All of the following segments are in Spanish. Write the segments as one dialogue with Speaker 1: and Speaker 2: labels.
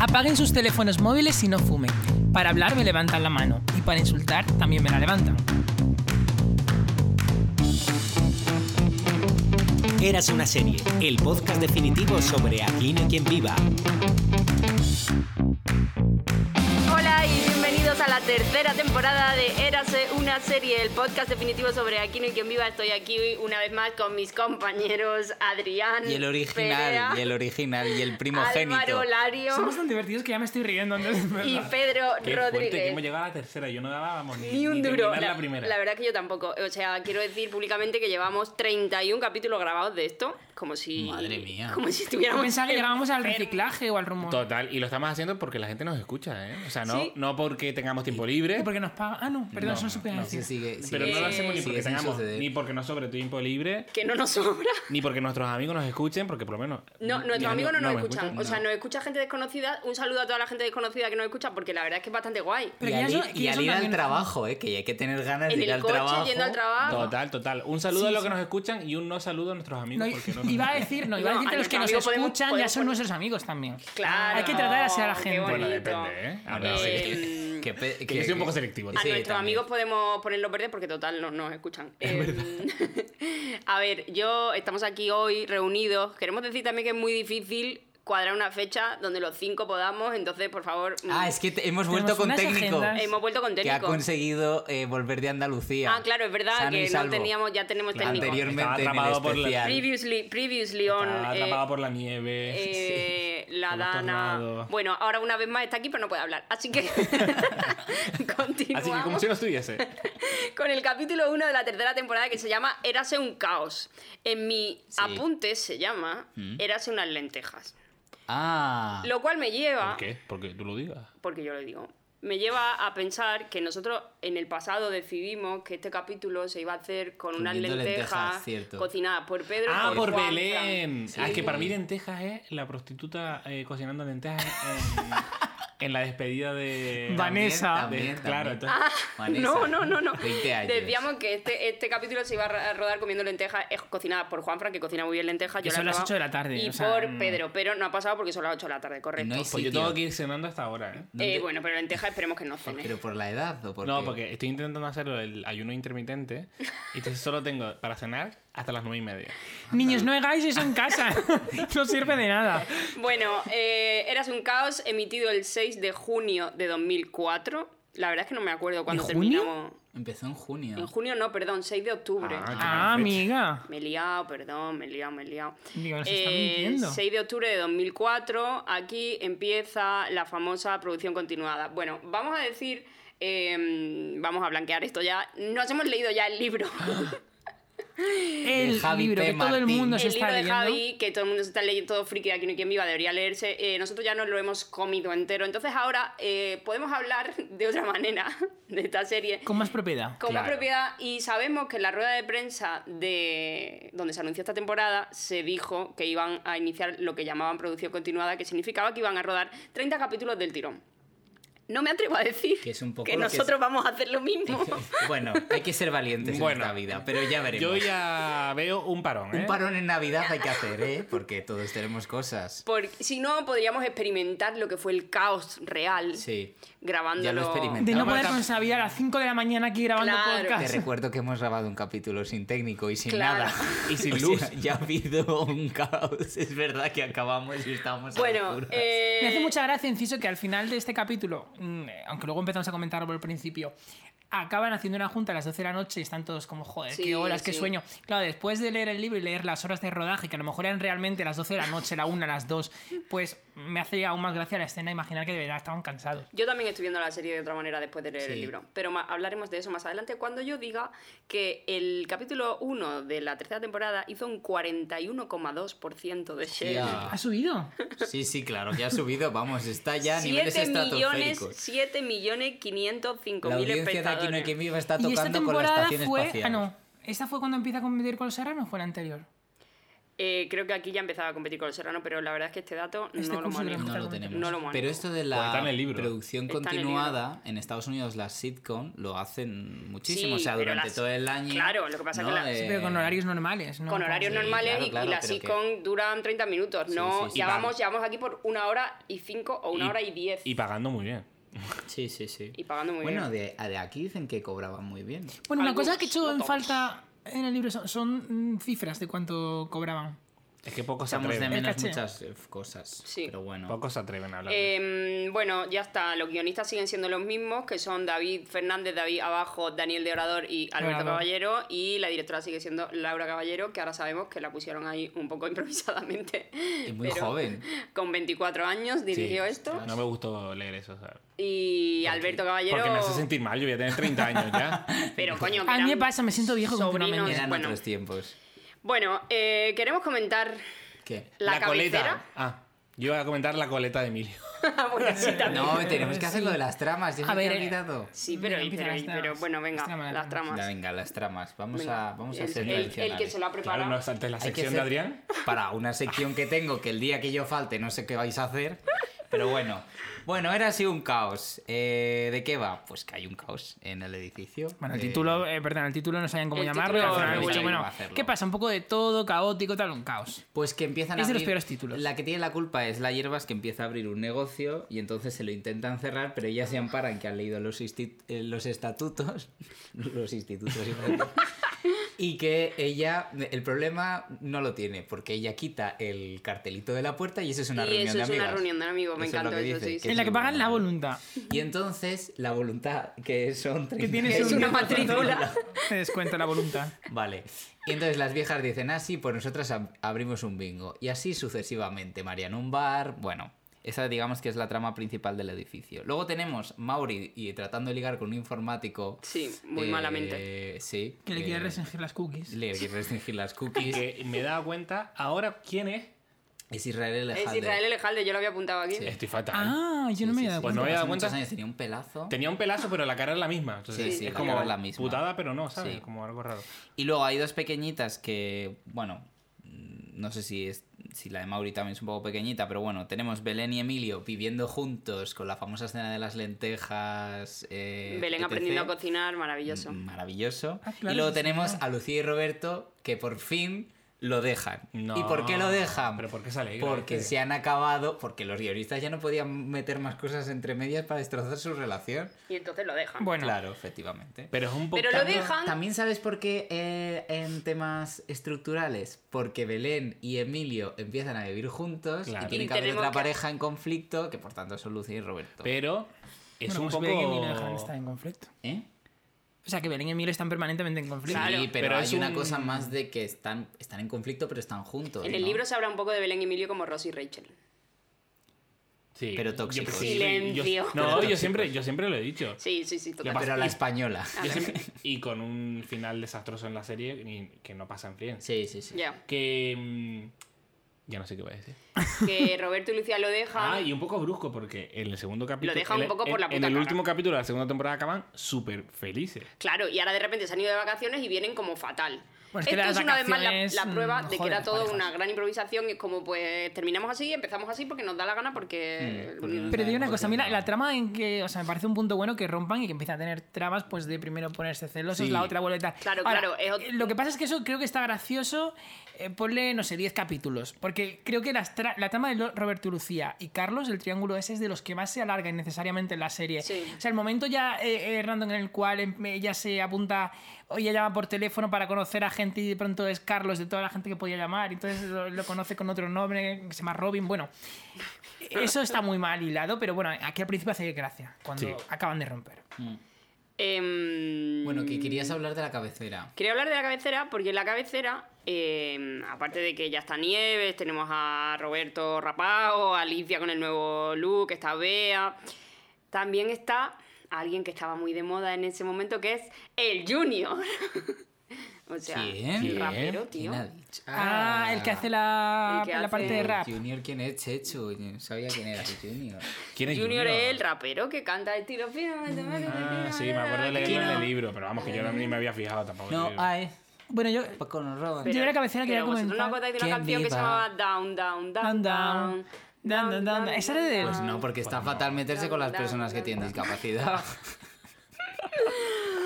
Speaker 1: Apaguen sus teléfonos móviles y no fumen. Para hablar me levantan la mano y para insultar también me la levantan.
Speaker 2: Eras una serie, el podcast definitivo sobre Aquí no hay quien viva.
Speaker 3: Hola y bienvenidos a la tercera temporada de Érase una serie, el podcast definitivo sobre Aquí no hay quien viva. Estoy aquí una vez más con mis compañeros Adrián
Speaker 4: Y el original,
Speaker 3: Perea,
Speaker 4: y el original, y el primogénito.
Speaker 3: Álvaro Lario
Speaker 1: Somos tan divertidos que ya me estoy riendo. antes de
Speaker 3: y
Speaker 1: verdad.
Speaker 3: Pedro
Speaker 5: Qué fuerte que hemos
Speaker 3: Rodríguez.
Speaker 5: llegado a la tercera. Yo no daba, vamos, ni,
Speaker 3: Ni un
Speaker 5: ni
Speaker 3: duro.
Speaker 5: terminar la primera.
Speaker 3: la verdad que yo tampoco. O sea, quiero decir públicamente que llevamos 31 capítulos grabados de esto. Como si.
Speaker 4: Madre mía.
Speaker 3: Como si
Speaker 1: Yo
Speaker 3: estuviéramos.
Speaker 1: pensaba que llegábamos al reciclaje o al rumor.
Speaker 5: Total, y lo estamos haciendo porque la gente nos escucha, ¿eh? O sea, no,
Speaker 3: Sí.
Speaker 5: no porque tengamos tiempo
Speaker 1: ¿Y
Speaker 5: libre,
Speaker 1: Porque nos pagan. Ah, no, perdón,
Speaker 5: No,
Speaker 1: eso no supe
Speaker 5: no,
Speaker 1: decir.
Speaker 5: pero no lo hacemos ni
Speaker 4: sigue
Speaker 5: porque
Speaker 4: sin
Speaker 5: tengamos,
Speaker 4: suceder.
Speaker 5: ni porque no sobre tiempo libre,
Speaker 3: Que no nos sobra.
Speaker 5: ni porque nuestros amigos nos escuchen, porque por lo menos...
Speaker 3: No,
Speaker 5: mis
Speaker 3: nuestros amigos no nos
Speaker 5: me
Speaker 3: escuchan. O sea, nos escucha gente desconocida. Un saludo a toda la gente desconocida que nos escucha porque la verdad es que es bastante guay.
Speaker 1: Pero
Speaker 4: y
Speaker 1: que ya
Speaker 4: al
Speaker 1: son-
Speaker 4: ir,
Speaker 1: que
Speaker 4: y
Speaker 1: ya
Speaker 4: al
Speaker 1: son
Speaker 4: ir al
Speaker 1: también-
Speaker 4: trabajo, ¿eh? que ya hay que tener ganas
Speaker 3: En
Speaker 4: de ir
Speaker 3: el
Speaker 4: al
Speaker 3: coche,
Speaker 4: trabajo.
Speaker 3: yendo al trabajo.
Speaker 5: Total, total. Un saludo
Speaker 1: Sí,
Speaker 5: a los
Speaker 1: sí.
Speaker 5: que nos escuchan y un no saludo a nuestros
Speaker 1: No,
Speaker 5: amigos. porque no nos
Speaker 1: iba a
Speaker 5: escuchan.
Speaker 1: decir, no,
Speaker 3: No,
Speaker 1: iba a decir que
Speaker 3: a
Speaker 1: los que nos
Speaker 3: nuestros amigos podemos-
Speaker 1: escuchan ya
Speaker 3: podemos
Speaker 1: son
Speaker 3: poner-
Speaker 1: nuestros amigos también.
Speaker 3: Claro.
Speaker 1: Hay que tratar así a la
Speaker 3: qué
Speaker 1: gente.
Speaker 5: Bueno,
Speaker 3: bonito.
Speaker 5: depende, ¿eh? A
Speaker 3: Eh,
Speaker 5: ver,
Speaker 4: Sí, que pe-
Speaker 5: que yo soy un poco selectivo,
Speaker 3: A
Speaker 5: Sí,
Speaker 3: nuestros amigos podemos ponerlo verde porque total no nos escuchan. Eh, a ver, yo estamos aquí hoy reunidos. Queremos decir también que es muy difícil cuadrar una fecha donde los cinco podamos. Entonces, por favor, mm,
Speaker 4: Ah, es que te- hemos
Speaker 1: Tenemos
Speaker 4: vuelto con
Speaker 1: unas
Speaker 4: técnico. Eh,
Speaker 1: agendas.
Speaker 3: hemos vuelto con
Speaker 4: Que ha
Speaker 3: técnico.
Speaker 4: conseguido eh, volver de Andalucía.
Speaker 3: Ah, claro, es verdad
Speaker 4: Sano y
Speaker 3: que no
Speaker 4: salvo.
Speaker 3: teníamos, ya tenemos
Speaker 5: Claro.
Speaker 3: técnico.
Speaker 5: Anterior-
Speaker 4: Anteriormente en el
Speaker 5: Estaba atrapado por la-
Speaker 4: especial.
Speaker 3: Previously, previously on.
Speaker 5: Está
Speaker 3: eh,
Speaker 5: atrapado por la nieve.
Speaker 3: Eh, la
Speaker 5: Con los
Speaker 3: Dana.
Speaker 5: tornados.
Speaker 3: Bueno, ahora una vez más está aquí, pero no puede hablar. Así que
Speaker 5: Así que como
Speaker 3: continuamos
Speaker 5: si no estuviese.
Speaker 3: con el capítulo 1 de la tercera temporada que se llama Érase un caos. En mi
Speaker 4: Sí.
Speaker 3: apunte se llama Érase unas lentejas.
Speaker 4: Ah,
Speaker 3: Lo cual me lleva,
Speaker 5: ¿Por qué? Porque tú lo digas.
Speaker 3: porque yo lo digo, me lleva a pensar que nosotros en el pasado decidimos que este capítulo se iba a hacer con unas
Speaker 4: Comiendo
Speaker 3: lentejas,
Speaker 4: lentejas, cierto.
Speaker 3: cocinadas por Pedro. y
Speaker 5: Ah, por
Speaker 3: Juan Fran.
Speaker 5: Belén.
Speaker 3: Sí.
Speaker 5: Ah, es que para mí lentejas es la prostituta eh, cocinando lentejas en, en la despedida de...
Speaker 1: Vanessa.
Speaker 4: También,
Speaker 5: de-
Speaker 4: también.
Speaker 5: Claro, entonces-
Speaker 4: Vanessa,
Speaker 3: Ah, No, no, no, no.
Speaker 4: 20 años.
Speaker 3: Decíamos que este, este capítulo se iba a ra- a rodar comiendo lentejas eh, cocinadas por Juanfran, que cocina muy bien lentejas.
Speaker 1: Que
Speaker 3: yo
Speaker 1: son
Speaker 3: he
Speaker 1: las
Speaker 3: probado,
Speaker 1: 8 de la tarde,
Speaker 3: Y
Speaker 1: o sea,
Speaker 3: por
Speaker 1: mm.
Speaker 3: Pedro, pero no ha pasado porque son las 8 de la tarde, correcto.
Speaker 4: No hay
Speaker 3: Eh,
Speaker 5: pues yo
Speaker 4: sitio.
Speaker 5: tengo que ir cenando hasta ahora, ¿eh?
Speaker 4: ¿Dónde?
Speaker 3: bueno, pero lentejas esperemos que no cene.
Speaker 1: Ah,
Speaker 4: Pero por la edad o por
Speaker 5: No,
Speaker 4: qué?
Speaker 5: porque estoy intentando hacer el ayuno intermitente y entonces solo tengo para cenar hasta las nueve y media.
Speaker 1: Niños, no hagáis eso en casa. no sirve de nada.
Speaker 3: Bueno, eh, Eras un caos emitido el 6 de junio de 2004. La verdad es que no me acuerdo cuándo
Speaker 1: ¿En junio?
Speaker 3: terminamos.
Speaker 4: Empezó en junio.
Speaker 3: En junio no, perdón, 6 de octubre.
Speaker 5: Ah,
Speaker 1: Ah, amiga.
Speaker 3: Me he liado, perdón, me he liado, me he liado.
Speaker 1: Digo, nos está mintiendo.
Speaker 3: 6 de octubre de 2004, aquí empieza la famosa producción continuada. Bueno, vamos a decir, eh, vamos a blanquear esto ya. Nos hemos leído ya el libro.
Speaker 1: El
Speaker 4: Javi
Speaker 1: libro
Speaker 4: P.
Speaker 1: que todo el
Speaker 4: Martín.
Speaker 1: mundo se
Speaker 3: el libro
Speaker 1: está
Speaker 3: de
Speaker 1: leyendo.
Speaker 3: Javi, que todo el mundo se está leyendo, todo friki de aquí no hay quien viva, debería leerse. Eh, nosotros ya nos lo hemos comido entero. Entonces ahora eh, podemos hablar de otra manera de esta serie.
Speaker 1: Con más propiedad.
Speaker 3: Con más
Speaker 5: Claro.
Speaker 3: propiedad y sabemos que en la rueda de prensa de donde se anunció esta temporada se dijo que iban a iniciar lo que llamaban producción continuada, que significaba que iban a rodar 30 capítulos del tirón. No me atrevo a decir
Speaker 4: Que es un poco
Speaker 3: que
Speaker 4: lo que
Speaker 3: nosotros
Speaker 4: es-
Speaker 3: vamos a hacer lo mismo.
Speaker 4: Bueno, hay que ser valientes en
Speaker 5: Bueno,
Speaker 4: esta vida, pero ya veremos.
Speaker 5: Yo ya veo un parón, ¿eh?
Speaker 4: Un parón en Navidad hay que hacer, ¿eh? Porque todos tenemos cosas.
Speaker 3: Porque si no, podríamos experimentar lo que fue el caos real
Speaker 4: Sí.
Speaker 3: grabándolo.
Speaker 4: Ya lo experimentamos.
Speaker 1: De no
Speaker 5: Vamos
Speaker 1: poder
Speaker 5: a-
Speaker 1: con Sabía a las 5 de la mañana aquí grabando
Speaker 3: Claro.
Speaker 4: Te
Speaker 1: podcast.
Speaker 4: recuerdo que hemos grabado un capítulo sin técnico y sin
Speaker 3: Claro.
Speaker 4: nada.
Speaker 5: Y sin
Speaker 4: O
Speaker 5: luz.
Speaker 4: sea, ya ha habido un caos. Es verdad que acabamos y estamos. a
Speaker 3: Bueno,
Speaker 4: oscuras.
Speaker 3: eh,
Speaker 1: Me hace mucha gracia, inciso, que al final de este capítulo, mm, aunque luego empezamos a comentarlo por el principio, acaban haciendo una junta a las 12 de la noche y están todos como, joder,
Speaker 3: Sí,
Speaker 1: qué horas, qué
Speaker 3: sí.
Speaker 1: sueño. Claro, después de leer el libro y leer las horas de rodaje, que a lo mejor eran realmente las 12 de la noche, la 1, las 2, pues me hace aún más gracia la escena imaginar que de verdad estaban cansados.
Speaker 3: Yo también estoy viendo la serie de otra manera después de leer el
Speaker 4: Sí.
Speaker 3: libro, pero ma- hablaremos de eso más adelante cuando yo diga que el capítulo 1 de la tercera temporada hizo un 41,2% de share.
Speaker 4: Hostia.
Speaker 1: ¿Ha subido?
Speaker 4: Sí, sí, claro, que ha subido. Vamos, está ya a niveles
Speaker 3: 7 millones,
Speaker 4: estratosféricos.
Speaker 3: 7 millones 505
Speaker 4: La
Speaker 3: mil
Speaker 4: audiencia de Aquí
Speaker 3: espectadores.
Speaker 4: no hay quien viva está
Speaker 1: Y esta
Speaker 4: tocando con la
Speaker 1: temporada
Speaker 4: estación
Speaker 1: fue...
Speaker 4: espacial.
Speaker 1: Ah, no. ¿Esta fue cuando empieza a competir con Sarano o fue la anterior?
Speaker 3: Eh, creo que aquí ya empezaba a competir con el Serrano, pero la verdad es que este dato
Speaker 1: Este
Speaker 3: no lo
Speaker 1: consideramos que
Speaker 3: manejo.
Speaker 4: No lo
Speaker 1: Exactamente.
Speaker 4: tenemos.
Speaker 3: No lo manejo.
Speaker 4: Pero esto de la
Speaker 5: Pues está en el libro.
Speaker 4: producción
Speaker 3: Está en el
Speaker 4: continuada, en, Estados Unidos las sitcom lo hacen muchísimo.
Speaker 3: Sí,
Speaker 4: o sea,
Speaker 3: pero
Speaker 4: durante
Speaker 3: las-
Speaker 4: todo el año. Eh,
Speaker 3: claro, lo que pasa es que la-
Speaker 1: Sí, pero con horarios normales, ¿no?
Speaker 3: Eh, con horarios
Speaker 4: sí,
Speaker 3: normales
Speaker 4: claro,
Speaker 3: y-
Speaker 4: claro,
Speaker 3: y las
Speaker 4: pero que-
Speaker 3: sitcom duran 30 minutos.
Speaker 4: Sí,
Speaker 3: no,
Speaker 4: sí, sí.
Speaker 3: ya
Speaker 4: Y van-
Speaker 3: vamos, llevamos aquí por una hora y cinco o una hora y diez.
Speaker 5: Y pagando muy bien.
Speaker 4: Sí, sí, sí.
Speaker 3: Y pagando muy
Speaker 4: bueno, bien. de aquí dicen que cobraban muy bien.
Speaker 1: Bueno, una cosa
Speaker 3: Algunos,
Speaker 1: que he hecho
Speaker 3: no
Speaker 1: en
Speaker 3: todos.
Speaker 1: falta en el libro son, son, mm, cifras de cuánto cobraban.
Speaker 5: Es que pocos se
Speaker 4: Echamos de
Speaker 5: atreven.
Speaker 4: menos
Speaker 1: caché.
Speaker 4: muchas eh, cosas.
Speaker 3: Sí.
Speaker 4: Pero bueno.
Speaker 5: Pocos se atreven a hablar. de-
Speaker 3: Eh, bueno, ya está. Los guionistas siguen siendo los mismos, que son David Fernández, David Abajo, Daniel de Orador y Alberto
Speaker 1: Orador.
Speaker 3: Caballero. Y la directora sigue siendo Laura Caballero, que ahora sabemos que la pusieron ahí un poco improvisadamente.
Speaker 4: Y muy
Speaker 3: pero pues
Speaker 4: joven.
Speaker 3: Con 24 años dirigió
Speaker 4: Sí,
Speaker 3: esto.
Speaker 4: ostras.
Speaker 5: No me gustó leer eso, ¿sabes?
Speaker 3: Y Alberto Caballero.
Speaker 5: Porque me hace sentir mal, yo voy a tener 30 años ya.
Speaker 3: Pero coño, que
Speaker 1: A mí me
Speaker 3: eran
Speaker 1: pasa, me siento viejo
Speaker 3: sobrinos.
Speaker 1: continuamente.
Speaker 4: Eran
Speaker 3: bueno.
Speaker 4: otros tiempos.
Speaker 3: Bueno, eh, queremos comentar
Speaker 4: ¿Qué?
Speaker 3: la,
Speaker 5: coleta.
Speaker 3: cabecera.
Speaker 5: Ah, yo iba a comentar la coleta de Emilio.
Speaker 3: Bueno, sí, también.
Speaker 4: No, tenemos que hacer lo de las tramas. Ya
Speaker 1: A
Speaker 4: se me
Speaker 1: ver,
Speaker 4: he
Speaker 1: eh,
Speaker 4: olvidado.
Speaker 3: Sí, pero,
Speaker 1: Venga, empieza
Speaker 3: pero-
Speaker 1: las
Speaker 3: pero
Speaker 1: tramas.
Speaker 3: bueno, venga,
Speaker 1: Las tramas, las
Speaker 3: las
Speaker 1: tramas.
Speaker 3: tramas.
Speaker 4: Ya, venga, las tramas. Vamos
Speaker 3: Venga.
Speaker 4: a, vamos a
Speaker 3: el,
Speaker 4: ser
Speaker 3: el- el que
Speaker 4: tradicionales.
Speaker 3: se lo ha
Speaker 5: Claro,
Speaker 3: preparado.
Speaker 5: no, antes la
Speaker 4: Hay que
Speaker 5: sección de
Speaker 4: hacer-
Speaker 5: Adrián.
Speaker 4: Para una sección que tengo, que el día que yo falte no sé qué vais a hacer. Pero bueno. Bueno, era así un caos. Eh, ¿De qué va? Pues que hay un caos en el edificio.
Speaker 1: Bueno, el
Speaker 4: Eh,
Speaker 1: título, eh, perdón, el título no sabían cómo
Speaker 3: el
Speaker 1: llamarlo. y
Speaker 3: título
Speaker 1: al final han
Speaker 3: regular.
Speaker 1: dicho, bueno,
Speaker 4: Va a hacerlo.
Speaker 1: ¿qué pasa? Un poco de todo, caótico, tal, un caos.
Speaker 4: Pues que empiezan
Speaker 1: Es
Speaker 4: a
Speaker 1: de los
Speaker 4: abrir-
Speaker 1: peores títulos.
Speaker 4: La que tiene la culpa es la Hierbas, que empieza a abrir un negocio y entonces se lo intentan cerrar, pero ellas se amparan que han leído los, insti- eh, los estatutos. los institutos. iba a decir. Y que ella, el problema no lo tiene, porque ella quita el cartelito de la puerta y eso es una
Speaker 3: Y
Speaker 4: reunión
Speaker 3: eso
Speaker 4: de
Speaker 3: es una
Speaker 4: amigas.
Speaker 3: reunión de amigos, me
Speaker 4: Eso es lo
Speaker 3: encantó
Speaker 4: que
Speaker 3: eso,
Speaker 4: dice,
Speaker 3: sí, sí.
Speaker 1: En la que
Speaker 4: es una
Speaker 1: pagan la
Speaker 4: reunión.
Speaker 1: voluntad.
Speaker 4: Y entonces la voluntad, que son
Speaker 1: Que
Speaker 4: 30
Speaker 1: tienes
Speaker 3: Es
Speaker 1: un-
Speaker 3: una matrícula.
Speaker 1: Te descuenta la voluntad.
Speaker 4: Vale. Y entonces las viejas dicen, ah, sí, pues nosotras ab- abrimos un bingo. Y así sucesivamente. María en un bar. Bueno, esa digamos que es la trama principal del edificio. Luego tenemos Mauri y tratando de ligar con un informático.
Speaker 3: Sí, muy
Speaker 4: eh,
Speaker 3: malamente.
Speaker 4: Sí.
Speaker 1: Que le
Speaker 4: eh,
Speaker 1: quiere restringir las cookies.
Speaker 4: le quiere restringir las
Speaker 5: Y
Speaker 4: cookies.
Speaker 5: que me he dado cuenta ahora quién es.
Speaker 4: es Israel
Speaker 3: Es
Speaker 4: Alejandro.
Speaker 3: Israel Elejalde, yo lo había apuntado aquí.
Speaker 4: Sí.
Speaker 5: Estoy fatal.
Speaker 1: Ah, yo no me había dado
Speaker 5: Pues
Speaker 1: cuenta.
Speaker 5: no me había dado
Speaker 4: Hace muchos
Speaker 5: cuenta.
Speaker 4: años tenía un pelazo.
Speaker 5: Tenía un pelazo, pero la cara es la misma. Entonces,
Speaker 4: Sí, sí,
Speaker 5: es
Speaker 4: la
Speaker 5: como
Speaker 4: cara es la misma.
Speaker 5: putada, pero no, ¿sabes?
Speaker 4: Sí.
Speaker 5: Como algo raro.
Speaker 4: Y luego hay dos pequeñitas que, bueno, mm, no sé si es si la de Mauri también es un poco pequeñita, pero bueno, tenemos Belén y Emilio viviendo juntos con la famosa escena de las lentejas. eh,
Speaker 3: Belén
Speaker 4: etc..
Speaker 3: aprendiendo a cocinar, maravilloso.
Speaker 4: Mm, Maravilloso.
Speaker 1: Ah, claro,
Speaker 4: y luego
Speaker 1: sí, sí,
Speaker 4: tenemos
Speaker 1: claro.
Speaker 4: a Lucía y Roberto que por fin lo dejan.
Speaker 5: No,
Speaker 4: ¿Y por qué lo dejan?
Speaker 5: pero ¿por qué se alegra
Speaker 4: Porque
Speaker 5: este?
Speaker 4: se han acabado, porque los guionistas ya no podían meter más cosas entre medias para destrozar su relación.
Speaker 3: Y entonces lo dejan.
Speaker 1: Bueno,
Speaker 4: Claro, efectivamente.
Speaker 5: Pero es un poco.
Speaker 3: Pero lo dejan.
Speaker 4: También sabes por qué eh, en temas estructurales, porque Belén y Emilio empiezan a vivir juntos
Speaker 5: Claro.
Speaker 4: y tienen
Speaker 3: Y
Speaker 4: que haber
Speaker 3: tenemos
Speaker 4: otra
Speaker 3: que-
Speaker 4: pareja en conflicto, que por tanto son Lucía y Roberto.
Speaker 5: Pero es
Speaker 1: bueno,
Speaker 5: un
Speaker 1: pues Belén y Emilio
Speaker 5: poco.
Speaker 1: Alejandro están en conflicto.
Speaker 4: ¿Eh?
Speaker 1: O sea, que Belén y Emilio están permanentemente en conflicto.
Speaker 3: Claro.
Speaker 4: Sí, pero,
Speaker 5: pero
Speaker 4: hay
Speaker 5: es
Speaker 4: una
Speaker 5: un-
Speaker 4: cosa más de que están, están en conflicto, pero están juntos.
Speaker 3: en el
Speaker 4: ¿no?
Speaker 3: libro se habla un poco de Belén y Emilio como Ross y Rachel.
Speaker 5: Sí.
Speaker 4: pero
Speaker 5: Yo-
Speaker 4: tóxicos.
Speaker 5: sí,
Speaker 3: Silencio.
Speaker 5: yo-
Speaker 4: Pero
Speaker 5: no, yo
Speaker 4: tóxicos.
Speaker 5: siempre, yo siempre lo he dicho.
Speaker 3: Sí, sí, sí, totalmente.
Speaker 4: Ah, Pero a la española.
Speaker 3: Ah.
Speaker 5: Yo siempre- y con un final desastroso en la serie y que no pasa en Friends.
Speaker 4: Sí, sí, sí.
Speaker 3: Ya.
Speaker 5: Que. mm, Ya no sé qué voy a decir.
Speaker 3: Que Roberto y Lucía lo dejan.
Speaker 5: Ah, y un poco brusco porque en el segundo capítulo.
Speaker 3: deja un
Speaker 5: en-
Speaker 3: poco por la
Speaker 5: en-
Speaker 3: puta
Speaker 5: En el
Speaker 3: cara.
Speaker 5: último capítulo de la segunda temporada acaban súper felices.
Speaker 3: Claro, y ahora de repente se han ido de vacaciones y vienen como fatal.
Speaker 1: Bueno, es que
Speaker 3: Esto
Speaker 1: las
Speaker 3: es una vez más la-
Speaker 1: vacaciones,
Speaker 3: la, prueba
Speaker 1: mm,
Speaker 3: de que
Speaker 1: joder,
Speaker 3: era
Speaker 1: las
Speaker 3: todo
Speaker 1: parejas.
Speaker 3: una gran improvisación. Es como, pues, terminamos así, empezamos así porque nos da la gana, porque...
Speaker 4: Mm, porque no-
Speaker 1: Pero te digo una
Speaker 4: Porque
Speaker 1: cosa, a mí la,
Speaker 4: no.
Speaker 1: la trama en que, o sea, me parece un punto bueno que rompan y que empiezan a tener trabas, pues de primero ponerse celosos,
Speaker 4: Sí.
Speaker 1: la otra vuelve tal.
Speaker 3: Claro,
Speaker 1: Ahora,
Speaker 3: claro, es ot-
Speaker 1: eh, Lo que pasa es que eso creo que está gracioso, eh, ponle, no sé, 10 capítulos, porque creo que las tra- la trama de Lo- Roberto Lucía y Carlos, el triángulo ese, es de los que más se alarga innecesariamente en la serie.
Speaker 3: Sí.
Speaker 1: O sea, el momento ya eh, eh, random en el cual em- ella se apunta, o ella llama por teléfono para conocer a gente y de pronto es Carlos de toda la gente que podía llamar, y entonces lo, lo conoce con otro nombre que se llama Robin, bueno. Eso está muy mal hilado, pero bueno, aquí al principio hace gracia, cuando
Speaker 5: Sí.
Speaker 1: acaban de romper.
Speaker 3: Em,
Speaker 4: Bueno, que querías hablar de la cabecera.
Speaker 3: Quería hablar de la cabecera porque en la cabecera, eh, aparte de que ya está Nieves, tenemos a Roberto Rapao, a Alicia con el nuevo look, está Bea, también está alguien que estaba muy de moda en ese momento que es el Junior. o sea,
Speaker 4: ¿Quién?
Speaker 3: el rapero, tío.
Speaker 4: ¿Quién ha dicho? Ah,
Speaker 1: Ah, el que hace la,
Speaker 3: El que
Speaker 1: la
Speaker 3: hace-
Speaker 1: parte de rap.
Speaker 4: Junior, ¿quién es? Chechu. Yo Sabía quién era Junior.
Speaker 5: ¿Quién es
Speaker 3: Junior es el rapero que canta el tiro fino.
Speaker 4: Ah,
Speaker 5: Ah, sí, me acuerdo de leerlo en el libro, pero vamos, que yo no- ni me había fijado tampoco.
Speaker 4: No,
Speaker 5: Yo-
Speaker 4: ay. pues
Speaker 1: Bueno, yo.
Speaker 4: Paco nos roban.
Speaker 1: Pero- Yo era cabecera que
Speaker 3: pero
Speaker 1: iba a
Speaker 3: vosotros no
Speaker 1: comentar.
Speaker 3: acordáis de una
Speaker 4: ¿Quién
Speaker 3: canción que se
Speaker 4: viva?
Speaker 3: llamaba Down, Down,
Speaker 1: Down,
Speaker 3: Down, Down.
Speaker 1: Down, Down, Down. Esa era de-
Speaker 4: Pues no, porque está fatal meterse con las personas que tienen discapacidad.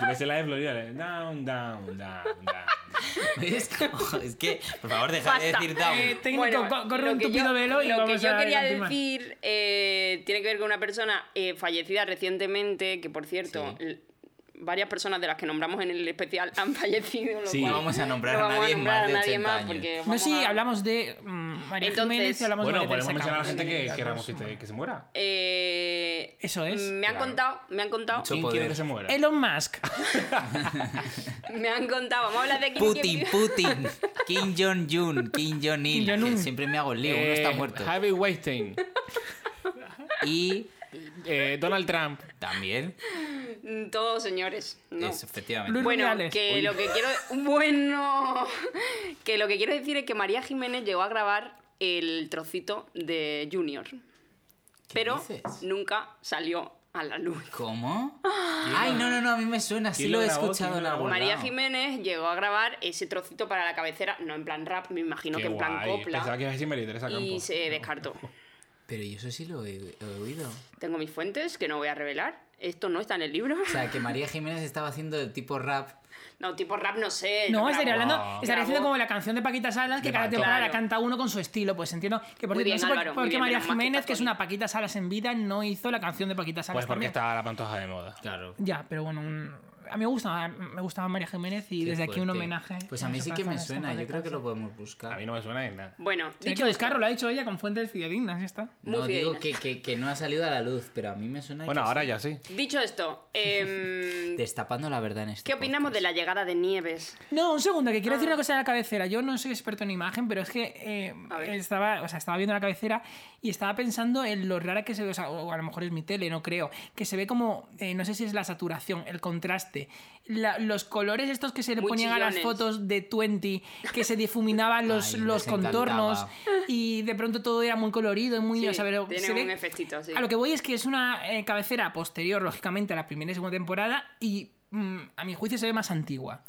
Speaker 5: Yo me sé la de Florida. la de Down, down, down, down.
Speaker 4: ¿Ves? Es que, por favor, deja de
Speaker 3: Basta.
Speaker 4: decir down.
Speaker 1: Eh, técnico,
Speaker 3: Bueno,
Speaker 1: co- corre
Speaker 3: lo
Speaker 1: un
Speaker 3: que yo-
Speaker 1: tupido velo y
Speaker 3: Lo
Speaker 1: vamos
Speaker 3: que yo
Speaker 1: a
Speaker 3: quería
Speaker 1: continuar.
Speaker 3: decir eh, tiene que ver con una persona eh, fallecida recientemente, que por cierto,
Speaker 4: Sí.
Speaker 3: l- varias personas de las que nombramos en el especial han fallecido. lo
Speaker 4: Sí.
Speaker 3: cual
Speaker 4: No vamos a nombrar
Speaker 3: no
Speaker 4: a
Speaker 3: vamos
Speaker 4: nadie
Speaker 3: nombrar
Speaker 4: más de
Speaker 3: nadie
Speaker 4: 80
Speaker 3: más
Speaker 4: años.
Speaker 3: porque
Speaker 1: No,
Speaker 3: vamos
Speaker 1: sí,
Speaker 3: a-
Speaker 1: hablamos de mm, María
Speaker 3: Entonces-
Speaker 1: Jiménez y hablamos
Speaker 5: Bueno,
Speaker 1: de María
Speaker 5: podemos
Speaker 1: Teresa
Speaker 5: mencionar a la
Speaker 1: Campos.
Speaker 5: gente que queramos que, te- que se muera.
Speaker 3: Eh,
Speaker 1: Eso es,
Speaker 3: Me han
Speaker 5: claro.
Speaker 3: contado, me han contado,
Speaker 4: Mucho
Speaker 5: ¿Quién
Speaker 4: poder.
Speaker 5: quiere que se muera?
Speaker 1: Elon Musk.
Speaker 3: me han contado. Vamos a hablar de Kim
Speaker 4: Putin,
Speaker 3: Jong-un.
Speaker 4: Putin, Kim Jong-un, Kim
Speaker 1: Kim
Speaker 4: Jong-il.
Speaker 1: Jong-un.
Speaker 4: que Siempre me hago el lío, uno está
Speaker 5: Eh,
Speaker 4: muerto.
Speaker 5: Harvey Weinstein.
Speaker 4: Y
Speaker 5: eh, Donald Trump.
Speaker 4: también,
Speaker 3: Todos señores. No.
Speaker 4: es, efectivamente.
Speaker 1: Luis
Speaker 3: Bueno,
Speaker 1: Rubiales.
Speaker 3: que
Speaker 1: Uy.
Speaker 3: lo que quiero. Bueno, que lo que quiero decir es que María Jiménez llegó a grabar el trocito de Junior, pero
Speaker 4: dices?
Speaker 3: nunca salió a la luz.
Speaker 4: ¿Cómo? Ay, no, no, no, a mí me suena, sí
Speaker 5: ¿Quién
Speaker 4: lo
Speaker 5: lo
Speaker 4: he
Speaker 5: grabó?
Speaker 4: escuchado
Speaker 5: ¿Quién
Speaker 4: en
Speaker 5: lo
Speaker 4: algún
Speaker 5: grabó?
Speaker 3: María
Speaker 4: lado.
Speaker 3: Jiménez llegó a grabar ese trocito para la cabecera, no en plan rap, me imagino
Speaker 5: Qué
Speaker 3: que en plan
Speaker 5: guay. Pensaba
Speaker 3: copla,
Speaker 5: que iba a decir María Teresa Campos.
Speaker 3: y se descartó.
Speaker 4: Pero yo eso sí lo he, he oído.
Speaker 3: Tengo mis fuentes que no voy a revelar. Esto no está en el libro.
Speaker 4: O sea, que María Jiménez estaba haciendo el tipo rap.
Speaker 3: No, tipo rap no sé.
Speaker 1: No, estaría
Speaker 3: grabó.
Speaker 1: hablando, estaría haciendo
Speaker 3: Grabó.
Speaker 1: como la canción de Paquita Salas, que
Speaker 5: De
Speaker 1: cada
Speaker 5: Paquita.
Speaker 1: temporada la
Speaker 3: Claro.
Speaker 1: canta uno con su estilo, pues entiendo que por cierto,
Speaker 3: Muy
Speaker 1: no
Speaker 3: bien,
Speaker 1: sé por-
Speaker 3: Álvaro, muy
Speaker 1: por qué
Speaker 3: bien,
Speaker 1: María
Speaker 3: menos mal que
Speaker 1: Jiménez,
Speaker 3: está
Speaker 1: que es
Speaker 3: Tony.
Speaker 1: una Paquita Salas en vida, no hizo la canción de Paquita Salas
Speaker 5: Pues porque
Speaker 1: también.
Speaker 5: está la pantoja de moda.
Speaker 4: Claro.
Speaker 1: Ya, pero bueno, un- a mí me gusta, me gustaba María Jiménez y
Speaker 4: Qué
Speaker 1: desde aquí un
Speaker 4: fuerte.
Speaker 1: homenaje.
Speaker 4: Pues a mí sí que me suena, yo creo que lo podemos
Speaker 5: A mí
Speaker 4: buscar.
Speaker 5: no me suena de nada.
Speaker 3: Bueno,
Speaker 1: Dicho
Speaker 3: dicho esto,
Speaker 1: descarro, lo ha dicho ella con fuentes fidedignas, ya está.
Speaker 3: muy
Speaker 4: No digo
Speaker 3: fidedigna.
Speaker 4: que, que, que no ha salido a la luz, pero a mí me suena.
Speaker 5: Bueno,
Speaker 4: que
Speaker 5: ahora
Speaker 4: sí.
Speaker 5: ya sí.
Speaker 3: dicho esto, em,
Speaker 4: Destapando la verdad en este
Speaker 3: ¿Qué opinamos de la llegada de Nieves?
Speaker 1: No, un segundo, que quiero
Speaker 3: Ah.
Speaker 1: decir una cosa de la cabecera. Yo no soy experto en imagen, pero es que eh,
Speaker 3: A ver.
Speaker 1: estaba, o sea, estaba viendo la cabecera y estaba pensando en lo rara que se ve, o, sea, o a lo mejor es mi tele, no creo, que se ve como, eh, no sé si es la saturación, el contraste, la- los colores estos que se le
Speaker 3: Muy
Speaker 1: ponían a las
Speaker 3: chillones.
Speaker 1: fotos de 20, que se difuminaban los,
Speaker 4: Ay,
Speaker 1: los
Speaker 4: les encantaba.
Speaker 1: contornos y de pronto todo era muy colorido y muy...
Speaker 3: Sí,
Speaker 1: o sea, pero
Speaker 3: tiene
Speaker 1: se ve-
Speaker 3: un efectito, sí.
Speaker 1: A lo que voy es que es una eh, cabecera posterior, lógicamente, a la primera y segunda temporada y mm, a mi juicio se ve más antigua.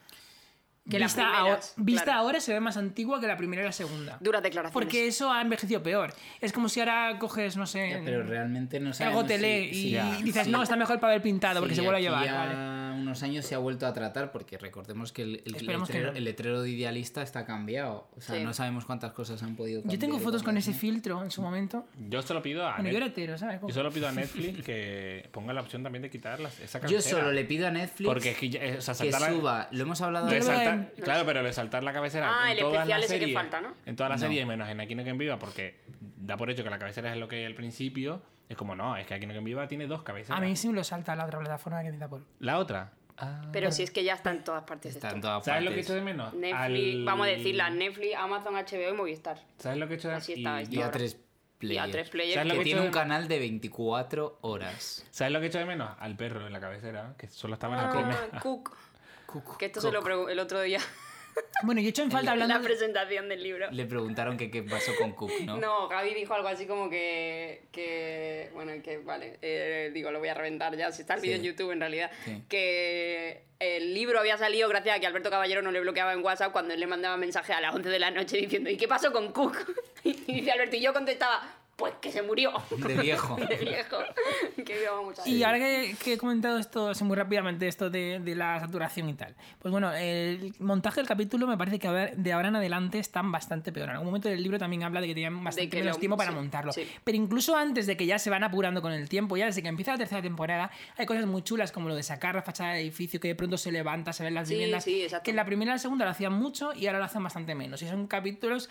Speaker 3: Que las
Speaker 1: vista aho-
Speaker 3: primeras,
Speaker 1: vista
Speaker 3: claro.
Speaker 1: ahora se ve más antigua que la primera y la segunda.
Speaker 3: Duras declaraciones.
Speaker 1: Porque eso ha envejecido peor. Es como si ahora coges, no sé,
Speaker 4: Ya, pero realmente no
Speaker 1: algo
Speaker 4: sabemos
Speaker 1: tele
Speaker 4: si-
Speaker 1: y,
Speaker 4: si-
Speaker 1: y dices,
Speaker 4: si-
Speaker 1: no, está mejor para haber pintado porque
Speaker 4: si
Speaker 1: se vuelve a llevar.
Speaker 4: aquí ya
Speaker 1: vale.
Speaker 4: unos años se ha vuelto a tratar porque recordemos que el, el letrero,
Speaker 1: Esperemos que no.
Speaker 4: el letrero de idealista está cambiado. O sea,
Speaker 3: Sí.
Speaker 4: no sabemos cuántas cosas han podido cambiar.
Speaker 1: Yo tengo
Speaker 4: y
Speaker 1: fotos con
Speaker 4: cuántas
Speaker 1: ese
Speaker 4: no.
Speaker 1: filtro en su momento.
Speaker 5: Yo se lo pido a
Speaker 1: Bueno, yo era
Speaker 5: Netflix.
Speaker 1: hetero, ¿sabes?
Speaker 5: Yo solo pido a Netflix que ponga la opción también de quitarlas. Esa
Speaker 4: Yo
Speaker 5: cabecera.
Speaker 4: solo le pido a Netflix
Speaker 5: Porque es que, ya- eh, o sea,
Speaker 4: que
Speaker 5: saltar la-
Speaker 4: suba. Lo hemos hablado
Speaker 1: Yo
Speaker 5: le
Speaker 1: lo
Speaker 4: antes.
Speaker 5: salta-
Speaker 1: en-
Speaker 5: Claro, pero le saltar la cabecera.
Speaker 3: Ah,
Speaker 5: en
Speaker 3: el
Speaker 5: todas las
Speaker 3: especial ese que
Speaker 5: series-
Speaker 3: falta, ¿no?
Speaker 5: En toda la
Speaker 4: No.
Speaker 5: serie, menos en Aquí no quien viva, porque da por hecho que la cabecera es lo que hay al principio. Es como, no, es que Aquí no quien viva tiene dos cabeceras.
Speaker 1: A mí sí me lo salta la otra plataforma que me da por.
Speaker 5: La otra. Ah.
Speaker 3: Pero si es que ya está en todas partes.
Speaker 4: Está en
Speaker 3: esto.
Speaker 4: todas
Speaker 5: ¿Sabes lo que
Speaker 4: partes.
Speaker 5: echo de menos?
Speaker 3: Netflix,
Speaker 5: Al-
Speaker 3: vamos a decirla, Netflix, Amazon, HBO y Movistar.
Speaker 5: ¿Sabes lo que echo de
Speaker 3: Así está esto.
Speaker 5: y-
Speaker 4: Y a
Speaker 3: ahora?
Speaker 4: tres
Speaker 3: Y
Speaker 4: players.
Speaker 3: a tres players.
Speaker 5: ¿Sabes lo
Speaker 4: Que
Speaker 5: que
Speaker 4: tiene
Speaker 5: echo
Speaker 4: un
Speaker 5: de-
Speaker 4: canal de 24 horas.
Speaker 5: ¿Sabes lo que echo de menos? Al perro en la cabecera, que solo estaba en la primera.
Speaker 3: Ah, Cook.
Speaker 4: Cuc,
Speaker 3: Que esto
Speaker 4: cuc.
Speaker 3: se lo pregun- el otro día.
Speaker 1: Bueno, yo he hecho en falta
Speaker 3: en la
Speaker 1: hablando. de-
Speaker 3: presentación del libro.
Speaker 4: Le preguntaron que qué pasó con Cook, ¿no?
Speaker 3: No, Gaby dijo algo así como que. que bueno, que vale. eh, digo, lo voy a reventar ya. Si está el vídeo
Speaker 4: Sí.
Speaker 3: en YouTube, en realidad.
Speaker 4: Sí.
Speaker 3: Que el libro había salido gracias a que Alberto Caballero no le bloqueaba en WhatsApp cuando él le mandaba mensaje a las 11 de la noche diciendo: ¿Y qué pasó con Cook? Y dice Alberto, y yo contestaba: Pues que se murió.
Speaker 4: De viejo.
Speaker 3: De viejo. que íbamos mucho a
Speaker 1: Y ahora que, que he comentado esto así muy rápidamente, esto de, de la saturación y tal, pues bueno, el montaje del capítulo me parece que ahora- de ahora en adelante están bastante peor. En algún momento del libro también habla de que tenían bastante
Speaker 3: que
Speaker 1: menos
Speaker 3: lo-
Speaker 1: tiempo para
Speaker 3: sí,
Speaker 1: montarlo.
Speaker 3: sí.
Speaker 1: Pero incluso antes de que ya se van apurando con el tiempo, ya desde que empieza la tercera temporada, hay cosas muy chulas como lo de sacar la fachada del edificio, que de pronto se levanta, se ven las
Speaker 3: Sí,
Speaker 1: viviendas.
Speaker 3: sí, exacto.
Speaker 1: que en la primera y la segunda lo hacían mucho y ahora lo hacen bastante menos. Y son capítulos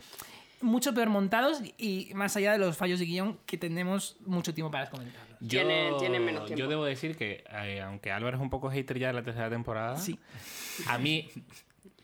Speaker 1: mucho peor montados y más allá de los fallos de guión que tenemos mucho tiempo para comentarlos.
Speaker 3: Tiene- tiene menos tiempo.
Speaker 5: Yo debo decir que, eh, aunque Álvaro es un poco hater ya de la tercera temporada,
Speaker 1: Sí.
Speaker 5: a mí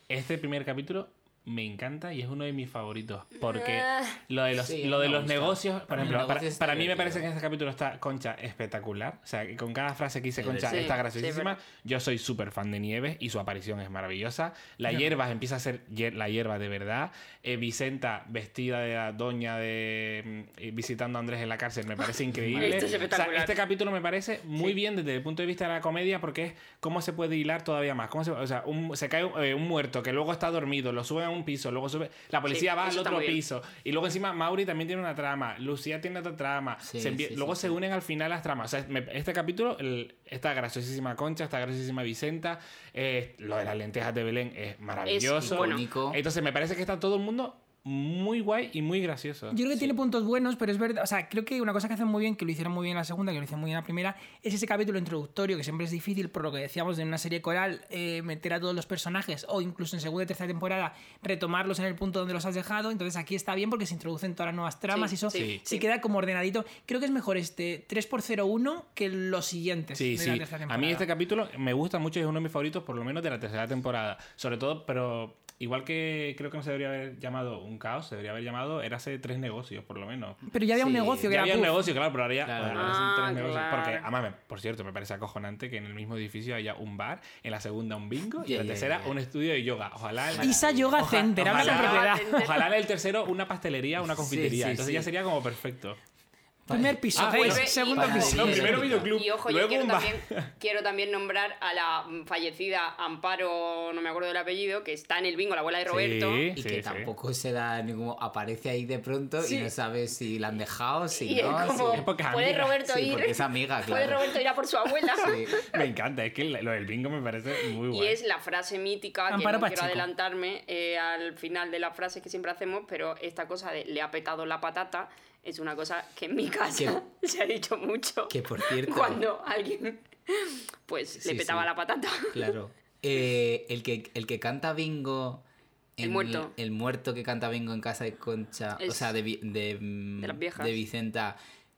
Speaker 5: este primer capítulo me encanta y es uno de mis favoritos. Porque
Speaker 3: Ah.
Speaker 5: lo de los,
Speaker 4: Sí,
Speaker 5: lo de
Speaker 4: me
Speaker 5: los
Speaker 4: gusta.
Speaker 5: negocios,
Speaker 4: Los
Speaker 5: por ejemplo, para,
Speaker 4: negocios está
Speaker 5: para mí me
Speaker 4: divertido.
Speaker 5: parece que en este capítulo está Concha espectacular. O sea, que con cada frase que dice
Speaker 4: Sí,
Speaker 5: Concha
Speaker 3: sí,
Speaker 5: está
Speaker 3: sí,
Speaker 5: graciosísima.
Speaker 3: verdad.
Speaker 5: Yo soy súper fan de Nieves y su aparición es maravillosa. La hierba empieza a ser hier- la hierba de verdad. Eh, Vicenta vestida de la doña de mm, eh, visitando a Andrés en la cárcel me parece increíble.
Speaker 3: Esto es
Speaker 5: O sea,
Speaker 3: espectacular.
Speaker 5: este capítulo me parece muy bien desde el punto de vista de la comedia porque es cómo se puede hilar todavía más. Cómo se, o sea, un- se cae eh, un muerto que luego está dormido, lo sube a un piso, luego sube. La policía
Speaker 3: Sí, eso
Speaker 5: va al
Speaker 3: está
Speaker 5: otro
Speaker 3: muy bien.
Speaker 5: piso. Y luego encima Mauri también tiene una trama, Lucía tiene otra trama.
Speaker 4: Sí,
Speaker 5: se envía-
Speaker 4: sí, sí,
Speaker 5: luego
Speaker 4: sí.
Speaker 5: se unen al final las tramas. O sea, me- este capítulo el- está graciosísima Concha, está graciosísima Vicenta. eh, lo de las lentejas de Belén es maravilloso.
Speaker 3: bueno.
Speaker 4: Icónico.
Speaker 5: Entonces me parece que está todo el mundo muy guay y muy gracioso.
Speaker 1: Yo creo que tiene puntos buenos, pero es verdad. O sea, creo que una cosa que hacen muy bien, que lo hicieron muy bien en la segunda, que lo hicieron muy bien en la primera, es ese capítulo introductorio, que siempre es difícil, por lo que decíamos de una serie coral, eh, meter a todos los personajes, o incluso en segunda y tercera temporada, retomarlos en el punto donde los has dejado. Entonces aquí está bien porque se introducen todas las nuevas tramas
Speaker 3: Sí,
Speaker 1: y eso
Speaker 3: sí,
Speaker 1: sí,
Speaker 3: sí.
Speaker 1: queda como ordenadito. Creo que es mejor este 3x01 que los siguientes.
Speaker 5: Sí,
Speaker 1: de la
Speaker 5: sí.
Speaker 1: tercera
Speaker 5: A mí
Speaker 1: temporada.
Speaker 5: este capítulo me gusta mucho y es uno de mis favoritos, por lo menos de la tercera temporada. Sobre todo, pero igual que creo que no se debería haber llamado un caos, se debería haber llamado Érase tres negocios, por lo menos.
Speaker 1: Pero ya había un
Speaker 4: Sí,
Speaker 1: negocio que
Speaker 5: Ya
Speaker 1: era
Speaker 5: había un
Speaker 1: Puff.
Speaker 5: negocio, claro, pero ahora ya
Speaker 4: Claro.
Speaker 5: ahora son
Speaker 3: Ah,
Speaker 5: tres negocios.
Speaker 3: claro.
Speaker 5: Porque, además, me- por cierto, me parece acojonante que en el mismo edificio haya un bar, en la segunda un bingo y
Speaker 4: Yeah,
Speaker 5: en
Speaker 4: yeah,
Speaker 5: la tercera
Speaker 4: yeah.
Speaker 5: un estudio de yoga. Ojalá.
Speaker 1: Isa Yoga
Speaker 5: oja-
Speaker 1: Center, habla con
Speaker 5: ojalá-
Speaker 1: propiedad.
Speaker 5: Ojalá en el tercero una pastelería, una
Speaker 4: Sí,
Speaker 5: confitería.
Speaker 4: sí,
Speaker 5: Entonces
Speaker 4: sí.
Speaker 5: ya sería como perfecto.
Speaker 1: Primer piso,
Speaker 5: Ah,
Speaker 1: seis,
Speaker 5: vuelve
Speaker 1: segundo
Speaker 3: y-
Speaker 1: piso.
Speaker 5: No,
Speaker 4: Sí,
Speaker 5: primero
Speaker 4: sí.
Speaker 5: videoclub,
Speaker 3: Y ojo, yo
Speaker 5: luego
Speaker 3: quiero
Speaker 5: un bar.
Speaker 3: también, quiero también nombrar a la mm, fallecida Amparo, no me acuerdo del apellido, que está en el bingo, la abuela de Roberto.
Speaker 5: Sí.
Speaker 4: Y que tampoco se da ningún. Aparece ahí de pronto
Speaker 3: Sí.
Speaker 4: y no sabes si la han dejado, si
Speaker 3: y
Speaker 4: no.
Speaker 3: es como,
Speaker 4: si-
Speaker 5: Es porque es
Speaker 3: ¿puede
Speaker 5: amiga.
Speaker 3: Roberto
Speaker 4: Sí,
Speaker 3: ir?
Speaker 4: porque es amiga,
Speaker 3: ¿Puede
Speaker 4: claro.
Speaker 3: Roberto ir a por su abuela?
Speaker 4: Sí.
Speaker 5: Me encanta, es que lo del bingo me parece muy
Speaker 3: Y
Speaker 5: guay.
Speaker 3: es la frase mítica, que
Speaker 1: Amparo
Speaker 3: no quiero
Speaker 1: Pacheco.
Speaker 3: adelantarme eh, al final de las frases que siempre hacemos, pero esta cosa de le ha petado la patata es una cosa que en mi casa se ha dicho mucho.
Speaker 4: Que por cierto.
Speaker 3: Cuando alguien pues le
Speaker 4: Sí,
Speaker 3: petaba
Speaker 4: sí.
Speaker 3: la patata.
Speaker 4: Claro. Eh, el, que, el que canta bingo.
Speaker 3: El
Speaker 4: en-
Speaker 3: muerto.
Speaker 4: El muerto que canta bingo en casa de Concha.
Speaker 3: Es-
Speaker 4: o sea, de, Vi- de, mm,
Speaker 3: de las viejas.
Speaker 4: de Vicenta.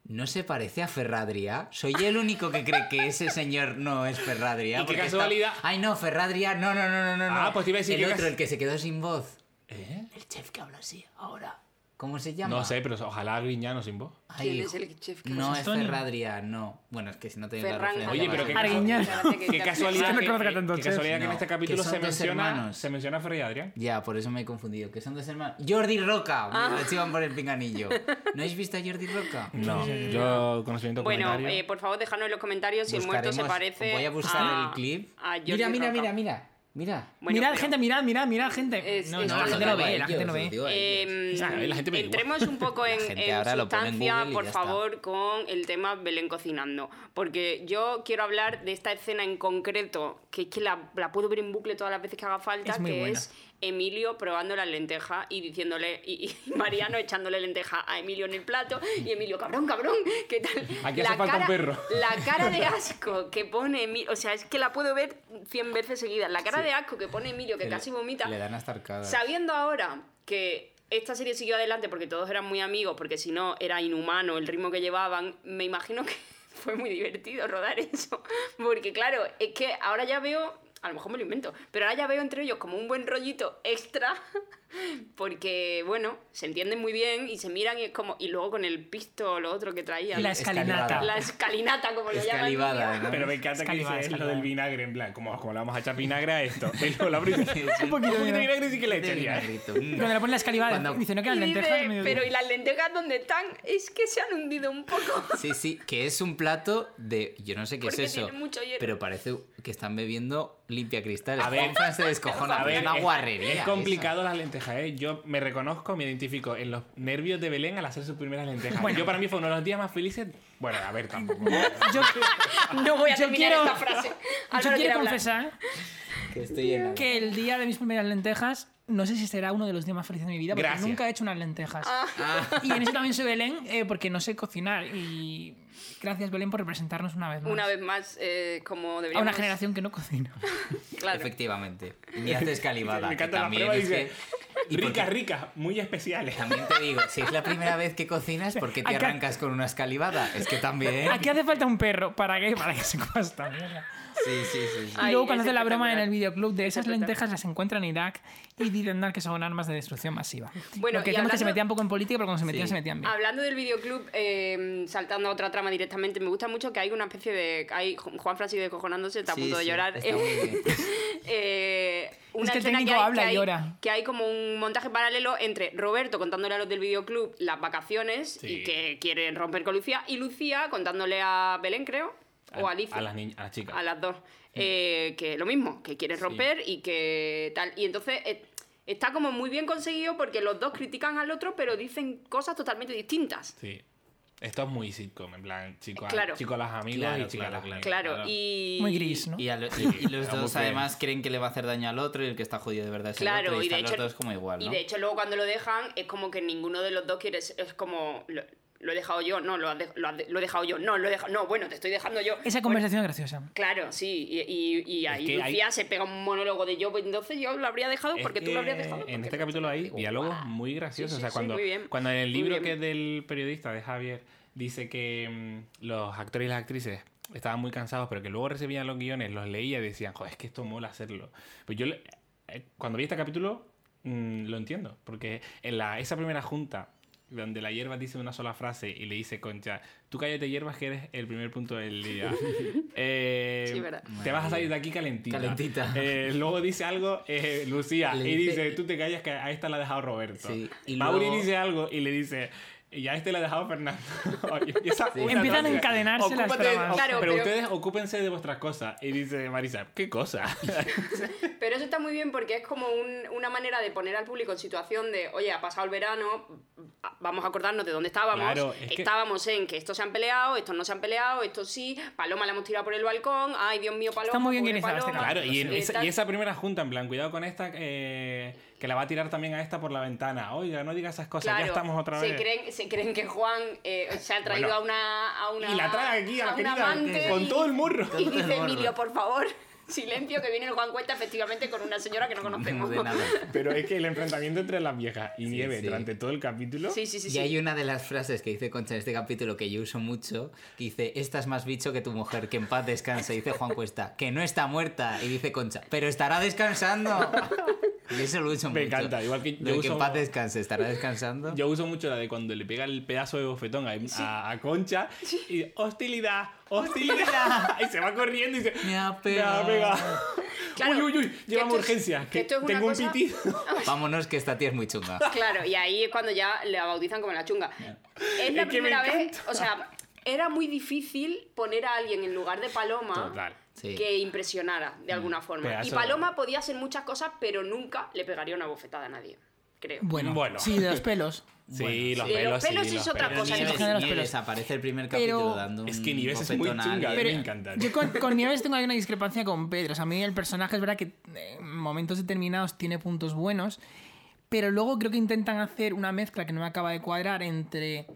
Speaker 4: ¿No se parece a Ferradria? Soy el único que cree que ese señor no es Ferradria.
Speaker 5: Y qué
Speaker 4: porque está-
Speaker 5: casualidad.
Speaker 4: Ay, no, Ferradria. No, no, no, no, no.
Speaker 5: Ah,
Speaker 4: no.
Speaker 5: pues te iba a decir
Speaker 4: El
Speaker 5: que
Speaker 4: otro,
Speaker 5: casi-
Speaker 4: el que se quedó sin voz.
Speaker 5: ¿Eh?
Speaker 4: El chef que habla así ahora. ¿Cómo se llama?
Speaker 5: No sé, pero ojalá Griñano sin voz.
Speaker 4: Ay,
Speaker 3: ¿Quién es el chef que
Speaker 4: No
Speaker 3: habla
Speaker 4: es
Speaker 1: así?
Speaker 4: Ferradria, no. Bueno, es que si no tenéis la
Speaker 3: Ferran
Speaker 4: referencia...
Speaker 5: Oye,
Speaker 4: vale.
Speaker 5: pero qué-
Speaker 1: Arguiñano.
Speaker 3: Espérate que
Speaker 5: Qué
Speaker 3: ya-
Speaker 5: casualidad,
Speaker 1: me
Speaker 5: que,
Speaker 1: conozca
Speaker 5: que-
Speaker 1: tanto
Speaker 5: qué
Speaker 1: el chef.
Speaker 5: casualidad que en
Speaker 4: No,
Speaker 5: este
Speaker 4: que
Speaker 5: capítulo
Speaker 4: son
Speaker 5: se
Speaker 4: dos
Speaker 5: menciona,
Speaker 4: hermanos.
Speaker 5: se menciona a Ferry Adrián.
Speaker 4: Ya, por eso me he confundido. Que son dos hermanos. Jordi Roca.
Speaker 3: Ah.
Speaker 4: Me lo chivan por el pinganillo. ¿No habéis visto a Jordi Roca?
Speaker 5: No, yo conocimiento
Speaker 3: Bueno,
Speaker 5: comunitario.
Speaker 3: eh, por favor, dejadnos en los comentarios si el muerto se
Speaker 4: Buscaremos-
Speaker 3: parece.
Speaker 4: Voy a buscar
Speaker 3: a-
Speaker 4: el clip.
Speaker 3: a Jordi
Speaker 4: mira, mira,
Speaker 3: Roca.
Speaker 4: mira, mira. Mira.
Speaker 3: Bueno,
Speaker 1: mirad,
Speaker 3: pero-
Speaker 1: gente, mirad, mirad, mirad, gente.
Speaker 3: Es-
Speaker 1: no,
Speaker 3: es
Speaker 1: no, la
Speaker 3: que-
Speaker 1: gente
Speaker 4: lo
Speaker 1: no ve,
Speaker 4: digo
Speaker 1: la
Speaker 4: a
Speaker 1: gente no
Speaker 4: ellos,
Speaker 1: ve.
Speaker 4: lo digo a ellos.
Speaker 3: Eh,
Speaker 5: O sea, la gente me da igual.
Speaker 3: entremos un poco en,
Speaker 4: La gente
Speaker 3: en
Speaker 4: ahora lo pone en
Speaker 3: sustancia,
Speaker 4: Google y
Speaker 3: por
Speaker 4: ya está.
Speaker 3: favor, con el tema Belén cocinando. Porque yo quiero hablar de esta escena en concreto, que es que la, la puedo ver en bucle todas las veces que haga falta,
Speaker 1: Es muy
Speaker 3: que
Speaker 1: buena.
Speaker 3: es Emilio probando la lenteja y diciéndole, y, y Mariano echándole lenteja a Emilio en el plato, y Emilio, cabrón, cabrón, ¿qué tal?
Speaker 5: Aquí hace falta un perro.
Speaker 3: La cara de asco que pone Emilio, o sea, es que la puedo ver 100 veces seguidas. La cara de asco que pone Emilio, que
Speaker 4: Le-
Speaker 3: casi vomita.
Speaker 4: Le dan hasta arcadas.
Speaker 3: Sabiendo ahora que esta serie siguió adelante porque todos eran muy amigos, porque si no era inhumano el ritmo que llevaban, me imagino que fue muy divertido rodar eso. Porque claro, es que ahora ya veo, a lo mejor me lo invento, pero ahora ya veo entre ellos como un buen rollito extra, porque bueno, se entienden muy bien y se miran y es como, y luego con el pisto lo otro que traían.
Speaker 1: La
Speaker 3: La,
Speaker 1: escalinata.
Speaker 4: Escalivada.
Speaker 3: escalinata, como lo llaman.
Speaker 4: Escalivada. ¿no?
Speaker 5: pero me encanta que
Speaker 1: Escalivada,
Speaker 5: dice lo
Speaker 1: escalivada.
Speaker 5: del vinagre, en plan, como, como le vamos a echar vinagre a esto. Y luego la primera- un poquito de vinagre sí que le
Speaker 4: Este
Speaker 5: echaría.
Speaker 4: vinagrito.
Speaker 1: Cuando le ponen la escalivada,
Speaker 4: Cuando-
Speaker 1: dice, no
Speaker 3: Y
Speaker 1: quedan
Speaker 3: dice,
Speaker 1: lentejas. al mediodía.
Speaker 3: Mm. pero ¿y las lentejas dónde están? Es que se han hundido un poco.
Speaker 4: Sí, sí, que es un plato de. Yo no sé qué
Speaker 3: Porque
Speaker 4: es eso.
Speaker 3: tiene mucho hierro.
Speaker 4: Pero parece que están bebiendo limpia cristal.
Speaker 5: A ver,
Speaker 4: se descojona.
Speaker 5: A ver,
Speaker 4: es una
Speaker 5: es-
Speaker 4: guarrería.
Speaker 5: Es
Speaker 4: eso.
Speaker 5: complicado las lentejas, ¿eh? Yo me reconozco, me identifico en los nervios de Belén al hacer sus primeras lentejas. Yo para mí fue uno de los días más felices. Bueno, a ver, tampoco.
Speaker 1: Yo,
Speaker 3: No voy a
Speaker 1: Yo
Speaker 3: terminar
Speaker 1: quiero-
Speaker 3: esta frase.
Speaker 1: yo
Speaker 3: Álvaro quiere
Speaker 1: quiero
Speaker 3: hablar.
Speaker 1: confesar
Speaker 4: Que estoy en la-
Speaker 1: que el día de mis primeras lentejas, no sé si será uno de los días más felices de mi vida, porque
Speaker 5: Gracias.
Speaker 1: nunca he hecho unas lentejas.
Speaker 3: Ah.
Speaker 4: Ah.
Speaker 1: Y en eso también soy Belén, eh, porque no sé cocinar. Y gracias, Belén, por representarnos una vez más.
Speaker 3: Una vez más, eh, como
Speaker 1: A
Speaker 3: deberíamos...
Speaker 1: una generación que no cocina.
Speaker 3: Claro.
Speaker 4: Efectivamente. Ni haces calibada.
Speaker 5: Me encanta la prueba, dice. Ricas, ricas, muy especiales.
Speaker 4: También te digo, si es la primera vez que cocinas, ¿por qué te
Speaker 1: Acá-
Speaker 4: arrancas con una escalivada? Es que también.
Speaker 1: Aquí hace falta un perro. ¿Para qué? Para que se coma esta mierda.
Speaker 4: Sí, sí, sí. sí.
Speaker 1: Y
Speaker 3: Ay,
Speaker 1: luego
Speaker 3: es
Speaker 1: cuando hace la broma en
Speaker 3: espectacular.
Speaker 1: el videoclub de esas
Speaker 3: espectacular.
Speaker 1: lentejas las encuentra en Irak y Direndal, que son armas de destrucción masiva.
Speaker 3: Bueno,
Speaker 1: Lo que
Speaker 3: y
Speaker 1: decíamos que se
Speaker 3: hablando-
Speaker 1: metían poco en política, pero cuando se metían,
Speaker 4: Sí.
Speaker 1: se metían bien.
Speaker 3: Hablando del videoclub, eh, saltando a otra trama directamente, me gusta mucho que hay una especie de. Hay Juan Francisco descojonándose, está a
Speaker 4: Sí,
Speaker 3: punto de
Speaker 4: sí,
Speaker 3: llorar.
Speaker 4: está muy bien.
Speaker 3: Eh, una
Speaker 1: Es que el
Speaker 3: escena
Speaker 1: técnico
Speaker 3: que hay,
Speaker 1: habla
Speaker 3: que
Speaker 1: y
Speaker 3: hay-
Speaker 1: llora.
Speaker 3: que hay como un montaje paralelo entre Roberto contándole a los del videoclub las vacaciones
Speaker 5: Sí.
Speaker 3: y que quieren romper con Lucía, y Lucía contándole a Belén, creo, o a Alicia.
Speaker 5: A las, niñas, a las chicas.
Speaker 3: E. a las dos.
Speaker 5: Mm.
Speaker 3: Eh, que lo mismo, que quieren romper y que tal. Y entonces eh, está como muy bien conseguido porque los dos critican al otro, pero dicen cosas totalmente distintas.
Speaker 5: Sí. Esto es muy sitcom, en plan, chico a,
Speaker 3: Claro.
Speaker 5: chico a las amigas
Speaker 4: Claro,
Speaker 5: y chico a
Speaker 4: claro,
Speaker 5: las amigas.
Speaker 3: Claro, y.
Speaker 1: Muy gris, ¿no?
Speaker 4: Y, a lo- y- y los
Speaker 5: Está muy
Speaker 4: dos
Speaker 5: bien.
Speaker 4: además creen que le va a hacer daño al otro y el que está jodido de verdad es el
Speaker 3: Claro,
Speaker 4: otro.
Speaker 3: y,
Speaker 4: Y,
Speaker 3: de
Speaker 4: están
Speaker 3: hecho.
Speaker 4: los dos como igual,
Speaker 3: Y
Speaker 4: ¿no?
Speaker 3: de hecho, luego cuando lo dejan, es como que ninguno de los dos quiere. ser- Es como. Lo, lo he dejado yo, no, lo, has de- lo has de- lo he dejado yo, no, lo he dejado. No, bueno, te estoy dejando yo.
Speaker 1: Esa
Speaker 3: Bueno,
Speaker 1: conversación es graciosa.
Speaker 3: Claro, sí, y, y- y ahí
Speaker 5: que hay-
Speaker 3: Lucía se pega un monólogo de yo, pues, entonces yo lo habría dejado
Speaker 5: Es
Speaker 3: porque tú lo
Speaker 5: que
Speaker 3: habrías dejado.
Speaker 5: En
Speaker 3: porque-
Speaker 5: este capítulo hay
Speaker 3: Digo,
Speaker 5: diálogos
Speaker 3: "Guau".
Speaker 5: muy graciosos.
Speaker 3: Sí, sí,
Speaker 5: o sea,
Speaker 3: sí,
Speaker 5: cuando,
Speaker 3: muy bien.
Speaker 5: cuando en el
Speaker 3: Muy
Speaker 5: libro
Speaker 3: bien.
Speaker 5: que es del periodista de Javier dice que mm, los actores y las actrices estaban muy cansados, pero que luego recibían los guiones, los leía y decían, joder, es que esto mola hacerlo. Pues yo, le- eh, cuando vi este capítulo, mm, lo entiendo. Porque en la, esa primera junta donde la hierba dice una sola frase y le dice Concha, tú cállate hierbas que eres el primer punto del día. Eh,
Speaker 3: Sí, verdad.
Speaker 5: Te vas a salir de aquí calentita.
Speaker 4: Calentita.
Speaker 5: Eh, luego dice algo eh, Lucía
Speaker 4: Le
Speaker 5: y
Speaker 4: dice-
Speaker 5: dice, tú te callas que a esta la ha dejado Roberto.
Speaker 4: Sí, y
Speaker 5: Mauri
Speaker 4: luego-
Speaker 5: dice algo y le dice, y a este la ha dejado Fernando. Y empieza una
Speaker 1: Empiezan a
Speaker 5: noche.
Speaker 1: encadenarse las
Speaker 5: Ocúpate-
Speaker 1: tramas.
Speaker 5: o-
Speaker 3: Claro,
Speaker 5: pero,
Speaker 3: pero-
Speaker 5: ustedes ocúpense de vuestras cosas. Y dice Marisa, ¿qué cosa?
Speaker 3: Pero eso está muy bien porque es como un- una manera de poner al público en situación de, oye, ha pasado el verano, a- vamos a acordarnos de dónde estábamos.
Speaker 5: Claro, es que-
Speaker 3: estábamos en que estos se han peleado, estos no se han peleado, estos sí, Paloma la hemos tirado por el balcón, ay, Dios mío, Paloma.
Speaker 1: Está muy bien
Speaker 3: pobre
Speaker 1: guionizado este
Speaker 3: Paloma.
Speaker 5: claro, y, en
Speaker 3: Eh,
Speaker 5: esa,
Speaker 3: tal.
Speaker 5: y esa primera junta, en plan, cuidado con esta, eh, que la va a tirar también a esta por la ventana. Oiga, no digas esas cosas,
Speaker 3: Claro,
Speaker 5: ya estamos otra
Speaker 3: se
Speaker 5: vez.
Speaker 3: Creen, se creen que Juan eh, se ha traído
Speaker 5: Bueno,
Speaker 3: a, una, a una.
Speaker 5: y la trae aquí a la
Speaker 3: un
Speaker 5: querida,
Speaker 3: amante
Speaker 5: con
Speaker 3: y-
Speaker 5: todo el morro.
Speaker 3: Y
Speaker 4: Con todo el
Speaker 3: dice
Speaker 4: morro.
Speaker 3: Emilio, por favor, silencio, que viene el Juan Cuesta efectivamente con una señora que no conocemos.
Speaker 4: De nada.
Speaker 5: Pero es que el enfrentamiento entre las viejas y Nieve
Speaker 4: sí.
Speaker 5: durante todo el capítulo...
Speaker 3: Sí, sí, sí.
Speaker 4: y
Speaker 3: sí.
Speaker 4: hay una de las frases que dice Concha en este capítulo que yo uso mucho, que dice, esta es más bicho que tu mujer, que en paz descanse, dice Juan Cuesta, que no está muerta, y dice Concha, pero estará descansando. Y eso lo uso
Speaker 5: Me
Speaker 4: mucho.
Speaker 5: encanta, igual que
Speaker 4: Lo
Speaker 5: yo
Speaker 4: de
Speaker 5: uso-
Speaker 4: en paz descanse, estará descansando.
Speaker 5: Yo uso mucho la de cuando le pega el pedazo de bofetón a, a- a Concha y hostilidad, hostilidad. y se va corriendo y dice,
Speaker 4: Me ha pegado".
Speaker 3: Claro,
Speaker 5: uy, uy, uy,
Speaker 3: que esto
Speaker 5: llevamos
Speaker 3: es-
Speaker 5: urgencia.
Speaker 3: que
Speaker 5: que
Speaker 3: esto es una
Speaker 5: tengo
Speaker 3: cosa-
Speaker 5: un pitido.
Speaker 4: Vámonos que esta tía es muy chunga.
Speaker 3: Claro, y ahí es cuando ya la bautizan como la chunga. Es la
Speaker 5: Es que me
Speaker 3: primera vez,
Speaker 5: encanta.
Speaker 3: o sea, era muy difícil poner a alguien en lugar de Paloma
Speaker 5: Total, Mm,
Speaker 4: sí.
Speaker 3: que impresionara de alguna forma.
Speaker 5: pedazo
Speaker 3: Y
Speaker 5: de-
Speaker 3: Paloma podía hacer muchas cosas, pero nunca le pegaría una bofetada a nadie, creo.
Speaker 1: Bueno,
Speaker 5: Bueno.
Speaker 1: sí, de los pelos.
Speaker 5: Sí, los
Speaker 3: sí, los
Speaker 5: pelos, sí,
Speaker 3: pelos
Speaker 5: los
Speaker 3: es otra
Speaker 5: pelos.
Speaker 3: cosa.
Speaker 1: Nieves-
Speaker 4: Nieves,
Speaker 1: Nieves los
Speaker 4: Nieves
Speaker 1: pelos.
Speaker 4: aparece el primer
Speaker 1: Pero-
Speaker 4: capítulo dando un
Speaker 5: Es que Nieves es muy
Speaker 4: bofetón a
Speaker 5: chunga,
Speaker 4: alguien.
Speaker 5: pero- me encanta.
Speaker 1: Yo con, con Nieves tengo ahí una discrepancia con Pedro. O sea, a mí el personaje es verdad que eh, en momentos determinados tiene puntos buenos, pero luego creo que intentan hacer una mezcla que no me acaba de cuadrar entre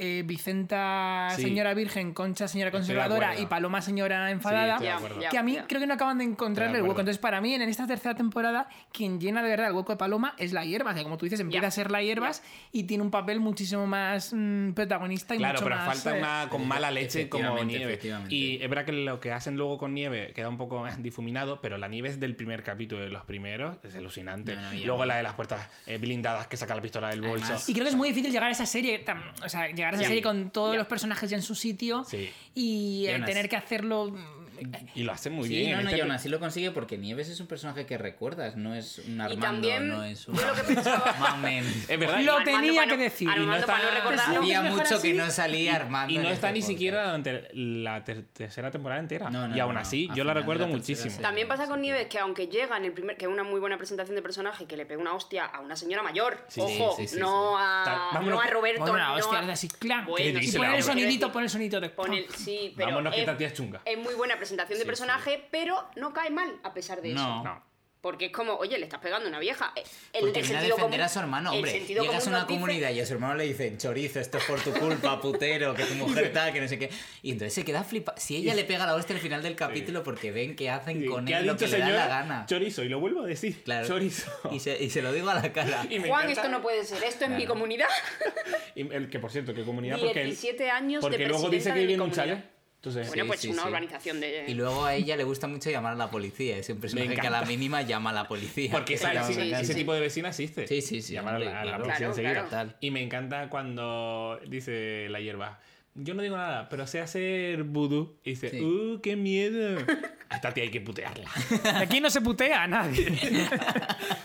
Speaker 1: eh, Vicenta
Speaker 5: Sí.
Speaker 1: señora virgen, Concha señora
Speaker 5: Estoy de
Speaker 1: conservadora
Speaker 5: acuerdo.
Speaker 1: y Paloma señora enfadada.
Speaker 5: estoy de
Speaker 3: Ya,
Speaker 5: acuerdo.
Speaker 3: ya,
Speaker 1: que a mí
Speaker 3: ya.
Speaker 1: creo que no acaban de encontrarle el hueco.
Speaker 5: acuerdo.
Speaker 1: Entonces, para mí, en esta tercera temporada, quien llena de verdad el hueco de Paloma es la hierbas. Que como tú dices, empieza
Speaker 3: Ya,
Speaker 1: a ser la hierbas y tiene un papel muchísimo más mm, protagonista y
Speaker 5: Claro,
Speaker 1: mucho
Speaker 5: pero
Speaker 1: más,
Speaker 5: falta
Speaker 1: eh,
Speaker 5: una con mala leche como
Speaker 4: Efectivamente,
Speaker 5: nieve.
Speaker 4: efectivamente.
Speaker 5: Y es verdad que lo que hacen luego con nieve queda un poco eh, difuminado, pero la nieve es del primer capítulo de los primeros, es alucinante.
Speaker 4: No, no, ya
Speaker 5: luego
Speaker 4: no.
Speaker 5: la de las puertas eh, blindadas que saca la pistola del bolso.
Speaker 4: Además,
Speaker 1: Y creo que es muy difícil llegar a esa serie, tam- o sea, llegar a esa
Speaker 5: Sí.
Speaker 1: serie con todos
Speaker 3: Ya.
Speaker 1: los personajes ya en su sitio
Speaker 5: Sí.
Speaker 1: y eh,
Speaker 4: Y aún así-
Speaker 1: tener que hacerlo. mm,
Speaker 5: Y lo hacen muy
Speaker 4: Sí,
Speaker 5: bien.
Speaker 4: no,
Speaker 5: en
Speaker 4: no,
Speaker 5: este
Speaker 4: y aún así lo consigue porque Nieves es un personaje que recuerdas, no es un Armando,
Speaker 3: también,
Speaker 4: no es un
Speaker 3: yo lo que pensaba-
Speaker 4: Mamen.
Speaker 5: Es verdad.
Speaker 1: Lo
Speaker 5: y-
Speaker 3: Armando
Speaker 1: tenía
Speaker 3: pa'
Speaker 1: que
Speaker 3: no-
Speaker 1: decir.
Speaker 3: Armando
Speaker 5: Y no está-
Speaker 3: pa' no recordarlo.
Speaker 1: Pero sí,
Speaker 4: Hacía
Speaker 1: que mejor
Speaker 4: mucho
Speaker 1: así.
Speaker 4: que no salía Armando.
Speaker 5: Y
Speaker 4: en
Speaker 5: no está
Speaker 4: este
Speaker 5: ni
Speaker 4: podcast.
Speaker 5: siquiera durante la ter- tercera temporada entera.
Speaker 4: No, no,
Speaker 5: y aún
Speaker 4: no,
Speaker 5: así,
Speaker 4: al
Speaker 5: yo la
Speaker 4: final de
Speaker 5: recuerdo
Speaker 4: la tercera
Speaker 5: muchísimo.
Speaker 4: sí.
Speaker 3: También pasa con
Speaker 4: sí.
Speaker 3: Nieves que aunque llega en el primer, que es una muy buena presentación de personaje, que le pega una hostia a una señora mayor,
Speaker 4: Sí,
Speaker 3: ojo,
Speaker 4: sí, sí, sí,
Speaker 3: no, A,
Speaker 5: Ta- vámonos
Speaker 3: no a
Speaker 5: que-
Speaker 3: Roberto,
Speaker 1: bueno, una
Speaker 3: no
Speaker 1: hostia,
Speaker 3: a-
Speaker 1: de así, clan.
Speaker 3: Bueno,
Speaker 5: ¿Qué
Speaker 1: y
Speaker 5: dice
Speaker 1: poner
Speaker 5: la
Speaker 1: el
Speaker 5: hostia?
Speaker 1: sonidito, poner el sonidito de.
Speaker 3: Pon el- sí, pero
Speaker 5: Vámonos, que
Speaker 3: es,
Speaker 5: esta tía es chunga.
Speaker 3: es muy buena presentación de
Speaker 4: Sí,
Speaker 3: personaje, pero no cae mal a pesar de eso.
Speaker 4: No.
Speaker 5: No.
Speaker 3: Porque es como, oye, le estás pegando a una vieja. Eh,
Speaker 4: Porque
Speaker 3: El, el
Speaker 4: viene a
Speaker 3: sentido
Speaker 4: defender
Speaker 3: común-
Speaker 4: a su hermano,
Speaker 3: el
Speaker 4: hombre.
Speaker 3: sentido
Speaker 4: Llegas a
Speaker 3: común
Speaker 4: una
Speaker 3: nos dice-
Speaker 4: comunidad y a su hermano le dicen, chorizo, esto es por tu culpa, putero, que tu mujer tal, que no sé qué. Y entonces se queda flipa. Si ella le pega la hostia al final del capítulo porque ven que hacen
Speaker 5: Sí,
Speaker 4: con
Speaker 5: ¿qué ha
Speaker 4: él lo
Speaker 5: dicho,
Speaker 4: que le da
Speaker 5: señora?
Speaker 4: la gana.
Speaker 5: Chorizo, y lo vuelvo a decir.
Speaker 4: Claro.
Speaker 5: Chorizo.
Speaker 4: Y se, y se lo digo a la cara.
Speaker 5: Y me
Speaker 3: Juan,
Speaker 5: encanta-
Speaker 3: esto no puede ser, esto es mi
Speaker 4: Claro.
Speaker 3: comunidad.
Speaker 5: y el que por cierto, que comunidad porque el-
Speaker 3: 17 años de
Speaker 5: porque luego dice
Speaker 3: presidenta
Speaker 5: que
Speaker 3: de mi
Speaker 5: viene un
Speaker 3: comunidad.
Speaker 5: chalet. Entonces,
Speaker 3: Bueno,
Speaker 4: Sí,
Speaker 3: pues
Speaker 4: sí,
Speaker 3: una
Speaker 4: sí.
Speaker 3: urbanización de.
Speaker 4: Y luego a ella le gusta mucho llamar a la policía. Es un personaje que a la
Speaker 5: encanta.
Speaker 4: mínima llama a la policía.
Speaker 5: Porque esa
Speaker 3: Claro,
Speaker 5: vecina-
Speaker 3: sí, sí,
Speaker 5: ese
Speaker 3: sí.
Speaker 5: tipo de vecina existe.
Speaker 4: Sí, sí, sí,
Speaker 5: Llamar a la,
Speaker 4: hombre,
Speaker 5: a la
Speaker 4: claro.
Speaker 5: policía
Speaker 3: Claro,
Speaker 5: enseguida.
Speaker 3: claro.
Speaker 4: Tal.
Speaker 5: Y me encanta cuando dice la hierba. Yo no digo nada, pero sé hacer vudú. Y dice,
Speaker 4: Sí.
Speaker 5: ¡uh, qué miedo! A esta tía hay que putearla.
Speaker 1: Aquí no se putea a nadie.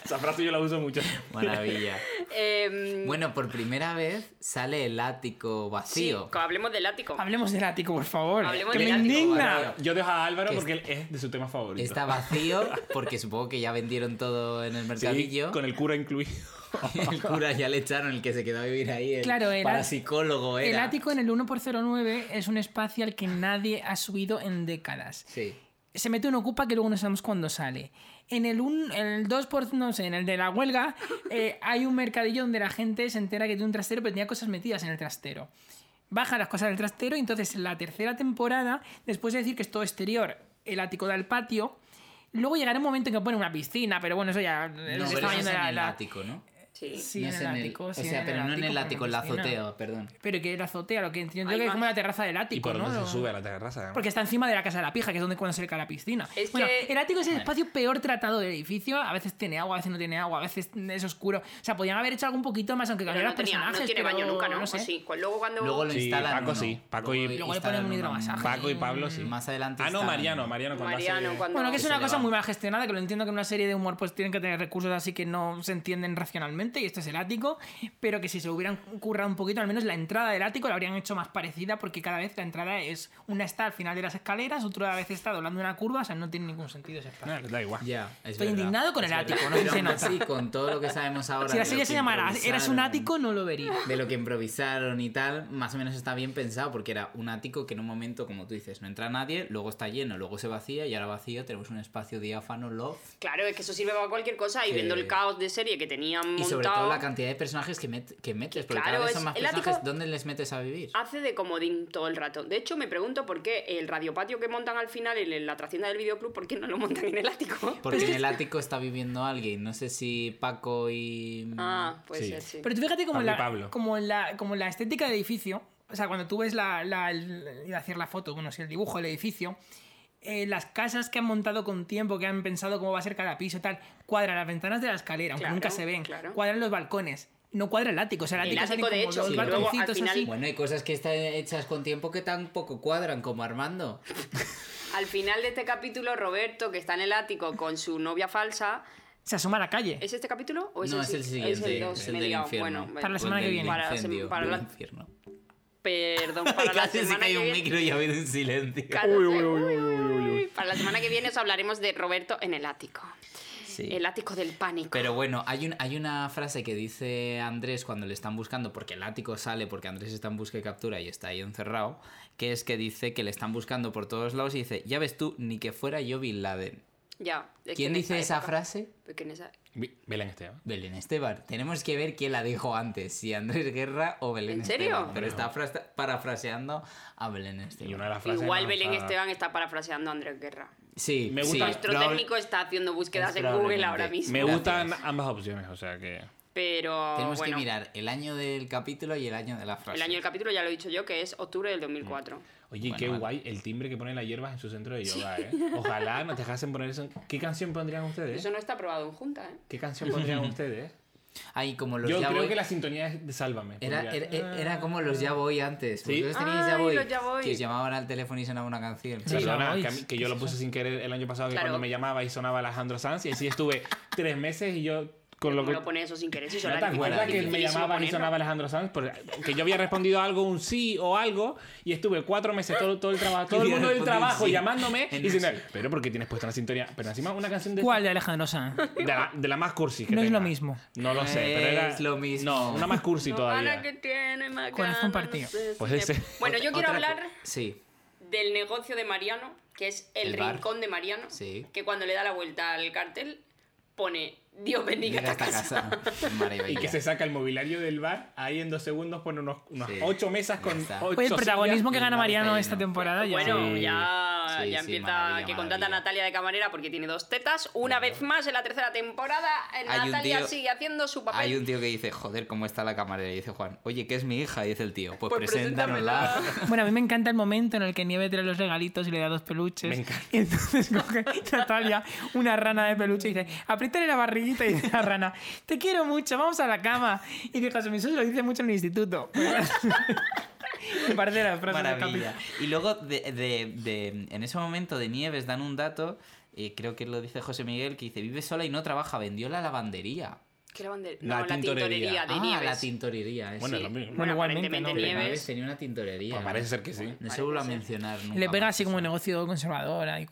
Speaker 5: Esa frase yo la uso mucho.
Speaker 4: Maravilla.
Speaker 3: Eh,
Speaker 4: Bueno, por primera vez sale el ático
Speaker 3: sí,
Speaker 4: vacío.
Speaker 3: co- hablemos del ático.
Speaker 1: Hablemos del ático, por favor.
Speaker 3: Hablemos
Speaker 1: que me
Speaker 3: del ático,
Speaker 1: indigna.
Speaker 4: vale.
Speaker 5: Yo dejo a Álvaro
Speaker 4: Que
Speaker 5: porque es de su tema favorito.
Speaker 4: Está vacío porque supongo que ya vendieron todo en el
Speaker 5: Sí,
Speaker 4: mercadillo.
Speaker 5: con el cura incluido.
Speaker 4: el... cura ya le echaron el que se quedó a vivir ahí. El
Speaker 1: Claro, era-
Speaker 4: parapsicólogo era.
Speaker 1: El ático en el 1x09 es un espacio al que nadie ha subido en décadas.
Speaker 4: Sí.
Speaker 1: Se mete un ocupa que luego no sabemos cuándo sale. En el, un, en el 2 por, no sé, en el de la huelga, eh, hay un mercadillo donde la gente se entera que tiene un trastero, pero tenía cosas metidas en el trastero. Bajan las cosas del trastero y entonces en la tercera temporada, después de decir que es todo exterior, el ático da al patio, luego llegará un momento en que ponen una piscina, pero bueno, eso ya... eh,
Speaker 4: No, pero eso es en el ático, ¿no?
Speaker 3: Sí.
Speaker 1: Sí,
Speaker 4: No
Speaker 1: en
Speaker 4: es
Speaker 1: el ático.
Speaker 4: O
Speaker 1: sí,
Speaker 4: sea, pero no en el ático, en la
Speaker 1: piscina.
Speaker 4: azotea, perdón.
Speaker 1: Pero que la azotea, lo que entiendo
Speaker 3: Hay
Speaker 1: que es
Speaker 3: más.
Speaker 1: como la terraza del ático,
Speaker 5: Y cuando
Speaker 1: ¿no?
Speaker 5: se
Speaker 1: Lo-
Speaker 5: sube a la terraza. ¿no?
Speaker 1: Porque está encima de la casa de la pija, que es donde cuando se le cae la piscina.
Speaker 3: Es
Speaker 1: bueno,
Speaker 3: que-
Speaker 1: el ático es el espacio peor tratado del edificio. A veces tiene agua, a veces no tiene agua, a veces es oscuro. O sea, podían haber hecho algo un poquito más, aunque
Speaker 3: Pero
Speaker 1: cambiaran
Speaker 3: no,
Speaker 1: los
Speaker 3: tenía- no
Speaker 1: personajes.
Speaker 3: tiene baño
Speaker 1: pero
Speaker 3: nunca, ¿no?
Speaker 1: No sé.
Speaker 3: Pues sí, cu- luego cuando.
Speaker 4: Luego lo
Speaker 5: Sí,
Speaker 4: instalan.
Speaker 5: Paco
Speaker 4: uno.
Speaker 5: sí, Paco y-
Speaker 4: Luego
Speaker 5: Y
Speaker 1: luego le
Speaker 4: instalan
Speaker 1: ponen un
Speaker 4: uno.
Speaker 1: hidromasaje.
Speaker 5: Paco y Pablo sí.
Speaker 4: Mm, Más adelante
Speaker 5: Ah, no,
Speaker 4: están-
Speaker 5: Mariano, Mariano cuando
Speaker 3: Mariano,
Speaker 5: hace-
Speaker 3: cuando.
Speaker 1: Bueno, que es
Speaker 4: se
Speaker 1: una
Speaker 4: le
Speaker 1: cosa
Speaker 4: va.
Speaker 1: muy mal gestionada, que lo entiendo que en una serie de humor pues tienen que tener recursos así que no se entienden racionalmente, y esto es el ático, pero que si se hubieran currado un poquito, al menos la entrada del ático la habrían hecho más parecida, porque cada vez la entrada es una está al final de las escaleras, otra vez está doblando una curva, o sea, no tiene ningún sentido ese espacio.
Speaker 5: Ah, Da igual.
Speaker 4: Ya, es
Speaker 1: Estoy
Speaker 4: verdad,
Speaker 1: indignado con
Speaker 4: es
Speaker 1: el
Speaker 4: verdad.
Speaker 1: ático, no sé si
Speaker 4: Pero
Speaker 1: se
Speaker 4: aún
Speaker 1: nota.
Speaker 4: así, con todo lo que sabemos ahora.
Speaker 1: Si
Speaker 4: de
Speaker 1: la
Speaker 4: lo
Speaker 1: serie
Speaker 4: que
Speaker 1: se llamara Eras un
Speaker 4: improvisaron,
Speaker 1: ático, no lo vería.
Speaker 4: De lo que improvisaron y tal, más o menos está bien pensado, porque era un ático que en un momento, como tú dices, no entra nadie, luego está lleno, luego se vacía y ahora vacío tenemos un espacio diáfano, love.
Speaker 3: Claro, es que eso sirve para cualquier cosa. Y
Speaker 4: Que-
Speaker 3: viendo el caos de serie que tenían montado.
Speaker 4: Y sobre todo la cantidad de personajes que, met- que metes, porque
Speaker 3: Claro,
Speaker 4: cada vez
Speaker 3: es-
Speaker 4: son más
Speaker 3: el ático- Ah,
Speaker 4: personajes, ¿dónde les metes a vivir?
Speaker 3: Hace de comodín todo el rato. De hecho, me pregunto por qué el radiopatio que montan al final en la trastienda del videoclub, ¿por qué no lo montan en el ático?
Speaker 4: Porque en el ático está viviendo alguien, no sé si Paco y... mm,
Speaker 3: Ah, puede
Speaker 5: Sí.
Speaker 3: ser, sí.
Speaker 1: Pero tú fíjate como,
Speaker 5: Pablo y
Speaker 1: la,
Speaker 5: Pablo.
Speaker 1: como, la, como la estética del edificio, o sea, cuando tú ves la, la, el- iba a decir la foto, bueno, sí, el dibujo del edificio, eh, las casas que han montado con tiempo, que han pensado cómo va a ser cada piso y tal, cuadran las ventanas de la escalera, aunque
Speaker 3: Claro,
Speaker 1: nunca se ven,
Speaker 3: claro.
Speaker 1: cuadran los balcones, no cuadra el ático, o sea, el
Speaker 3: El
Speaker 1: ático, salen
Speaker 3: ático, de
Speaker 1: como
Speaker 3: hecho,
Speaker 1: dos
Speaker 4: sí,
Speaker 3: luego, al
Speaker 1: balconcitos
Speaker 3: final-
Speaker 1: así.
Speaker 4: Bueno, hay cosas que están hechas con tiempo que tampoco cuadran, como Armando.
Speaker 3: Al final de este capítulo, Roberto, que está en el ático con su novia falsa,
Speaker 1: se asoma a la calle.
Speaker 3: ¿es este capítulo o es,
Speaker 4: no,
Speaker 3: el,
Speaker 4: es el
Speaker 3: si-
Speaker 4: siguiente,
Speaker 3: el dos, me he
Speaker 4: del
Speaker 3: liado.
Speaker 4: infierno.
Speaker 3: Bueno,
Speaker 1: Para la
Speaker 4: O
Speaker 1: semana
Speaker 4: el
Speaker 1: que
Speaker 4: del
Speaker 1: viene.
Speaker 3: Para la sem-
Speaker 4: incendio,
Speaker 3: para
Speaker 4: del
Speaker 3: la-
Speaker 4: infierno.
Speaker 3: perdón, para la
Speaker 4: Casi se
Speaker 3: semana
Speaker 4: cae
Speaker 3: que
Speaker 4: un
Speaker 3: viene.
Speaker 4: micro y ha habido un silencio.
Speaker 3: Cállate. Para la semana que viene os hablaremos de Roberto en el ático.
Speaker 4: Sí.
Speaker 3: El ático del pánico.
Speaker 4: Pero bueno, hay, un, hay una frase que dice Andrés cuando le están buscando, porque el ático sale porque Andrés está en busca y captura y está ahí encerrado, que es que dice que le están buscando por todos lados y dice, ya ves tú, ni que fuera yo Bin Laden.
Speaker 3: ya, es que
Speaker 4: ¿Quién
Speaker 3: en
Speaker 4: dice
Speaker 3: esa
Speaker 4: esa
Speaker 3: época-
Speaker 4: frase?
Speaker 3: es Pues que en esa-
Speaker 5: Ve- Belén Esteban.
Speaker 4: Belén Esteban. Tenemos que ver quién la dijo antes, si Andrés Guerra o Belén
Speaker 3: ¿En serio?
Speaker 4: Esteban. Pero está frasta- parafraseando a Belén
Speaker 5: Y una
Speaker 4: Esteban.
Speaker 5: de las frases
Speaker 3: Igual
Speaker 5: más
Speaker 3: Belén
Speaker 5: usadas.
Speaker 3: Esteban está parafraseando a Andrés Guerra.
Speaker 4: Sí,
Speaker 5: Me gusta-
Speaker 4: sí,
Speaker 3: Nuestro
Speaker 4: probable-
Speaker 3: técnico está haciendo búsquedas
Speaker 4: es
Speaker 3: en Google
Speaker 4: probablemente.
Speaker 3: ahora mismo.
Speaker 5: Me
Speaker 4: Gracias.
Speaker 5: gustan ambas opciones, o sea que.
Speaker 3: Pero
Speaker 4: Tenemos
Speaker 3: bueno,
Speaker 4: que mirar el año del capítulo y el año de la frase.
Speaker 3: el año del capítulo ya lo he dicho yo, que es octubre del 2004.
Speaker 5: Oye,
Speaker 4: Bueno,
Speaker 5: qué
Speaker 4: vale.
Speaker 5: guay el timbre que ponen las hierbas en su centro de yoga, ¿eh? Ojalá nos dejasen poner eso. ¿Qué canción pondrían ustedes?
Speaker 3: Eso no está aprobado en junta, ¿eh?
Speaker 5: ¿Qué canción pondrían ustedes?
Speaker 4: Ay, como los
Speaker 5: Yo
Speaker 4: ya
Speaker 5: creo
Speaker 4: voy-
Speaker 5: que la sintonía es de Sálvame.
Speaker 4: Era,
Speaker 5: pondría.
Speaker 4: era, era como los ya voy antes. Vosotros teníais ya
Speaker 3: Ah. Ay,
Speaker 4: voy,
Speaker 3: los ya voy.
Speaker 4: Que os llamaban al teléfono y sonaba una canción.
Speaker 1: Sí, la
Speaker 5: Perdona, que, a
Speaker 1: voz.
Speaker 5: mí- que yo lo puse sin querer el año pasado, que
Speaker 3: Claro.
Speaker 5: cuando me llamaba y sonaba Alejandro Sanz, y así estuve tres meses y yo con lo
Speaker 3: ¿Cómo
Speaker 5: que...
Speaker 3: lo pone eso sin querer? Si
Speaker 5: ¿No te acuerdas que me llamaba y sonaba Alejandro Sanz? Porque que yo había respondido algo, un sí o algo, y estuve cuatro meses todo, todo el trabajo, todo el
Speaker 4: Había
Speaker 5: mundo del
Speaker 4: respondido un
Speaker 5: trabajo
Speaker 4: sí.
Speaker 5: llamándome y
Speaker 4: En-
Speaker 5: diciendo, pero ¿por qué tienes puesta una sintonía? Pero encima una canción de...
Speaker 1: ¿Cuál de Alejandro Sanz?
Speaker 5: De la, de la más cursi que
Speaker 1: No es
Speaker 5: tenga.
Speaker 1: lo mismo.
Speaker 5: No lo sé, pero era...
Speaker 4: Es lo mismo.
Speaker 5: No, una más cursi todavía.
Speaker 3: que tiene Mariano,
Speaker 1: Corazón
Speaker 3: no
Speaker 1: partido.
Speaker 3: sé si
Speaker 5: Puede
Speaker 3: me-
Speaker 5: ser.
Speaker 3: Bueno, yo quiero
Speaker 4: Otra co-
Speaker 3: hablar
Speaker 4: Sí.
Speaker 3: del negocio de Mariano, que es el,
Speaker 4: El bar.
Speaker 3: rincón de Mariano,
Speaker 4: Sí.
Speaker 3: que cuando le da la vuelta al cartel pone Dios bendiga
Speaker 4: Llega
Speaker 3: esta
Speaker 4: hasta
Speaker 3: casa.
Speaker 4: casa.
Speaker 5: Y
Speaker 4: Maravilla.
Speaker 5: que se saca el mobiliario del bar, ahí en dos segundos pone unos, unas
Speaker 4: Sí.
Speaker 5: ocho mesas con
Speaker 4: Ya está.
Speaker 5: ocho
Speaker 1: Oye, el
Speaker 5: sillas.
Speaker 1: protagonismo que gana
Speaker 4: Mar está
Speaker 1: Mariano
Speaker 4: lleno.
Speaker 1: esta temporada ya.
Speaker 3: Bueno, ya
Speaker 5: Sí.
Speaker 3: ya,
Speaker 4: Sí, sí,
Speaker 3: ya empieza
Speaker 4: maravilla,
Speaker 3: que
Speaker 4: maravilla.
Speaker 3: contrata a Natalia de camarera porque tiene dos tetas. Una vez más en la tercera temporada, eh,
Speaker 4: Hay un
Speaker 3: Natalia
Speaker 4: tío-
Speaker 3: sigue haciendo su papel.
Speaker 4: Hay un tío que dice, joder, ¿cómo está la cámara? Y dice Juan, oye, ¿qué es mi hija? Y dice el tío, pues,
Speaker 3: Pues
Speaker 4: preséntanosla.
Speaker 1: Bueno, a mí me encanta el momento en el que Nieve trae los regalitos y le da dos peluches.
Speaker 5: Me encanta.
Speaker 1: Y entonces coge Natalia una rana de peluche y dice, apriétale la barriguita y dice a la rana, te quiero mucho, vamos a la cama. Y dice, José Jesús lo dice mucho en el instituto. me parece la frase del
Speaker 4: Maravilla.
Speaker 1: capítulo.
Speaker 4: Y luego, de, de- de- en ese momento de Nieves dan un dato, eh, creo que lo dice José Miguel, que dice, vive sola y no trabaja, vendió la lavandería.
Speaker 3: ¿Qué era bandera?
Speaker 5: La
Speaker 3: no, la tintorería
Speaker 5: tintorería.
Speaker 3: de
Speaker 4: ah,
Speaker 3: Nieves.
Speaker 4: la tintorería. eh,
Speaker 5: Bueno,
Speaker 4: sí.
Speaker 5: lo mismo.
Speaker 1: Bueno, igualmente,
Speaker 3: aparentemente
Speaker 1: ¿no?
Speaker 4: Nieves.
Speaker 3: Nieves.
Speaker 4: tenía una tintorería.
Speaker 5: Pues parece ser que sí.
Speaker 4: No se vuelve a mencionar nunca.
Speaker 1: Le pega
Speaker 4: más
Speaker 1: así como un
Speaker 4: eso.
Speaker 1: negocio conservador. ahí.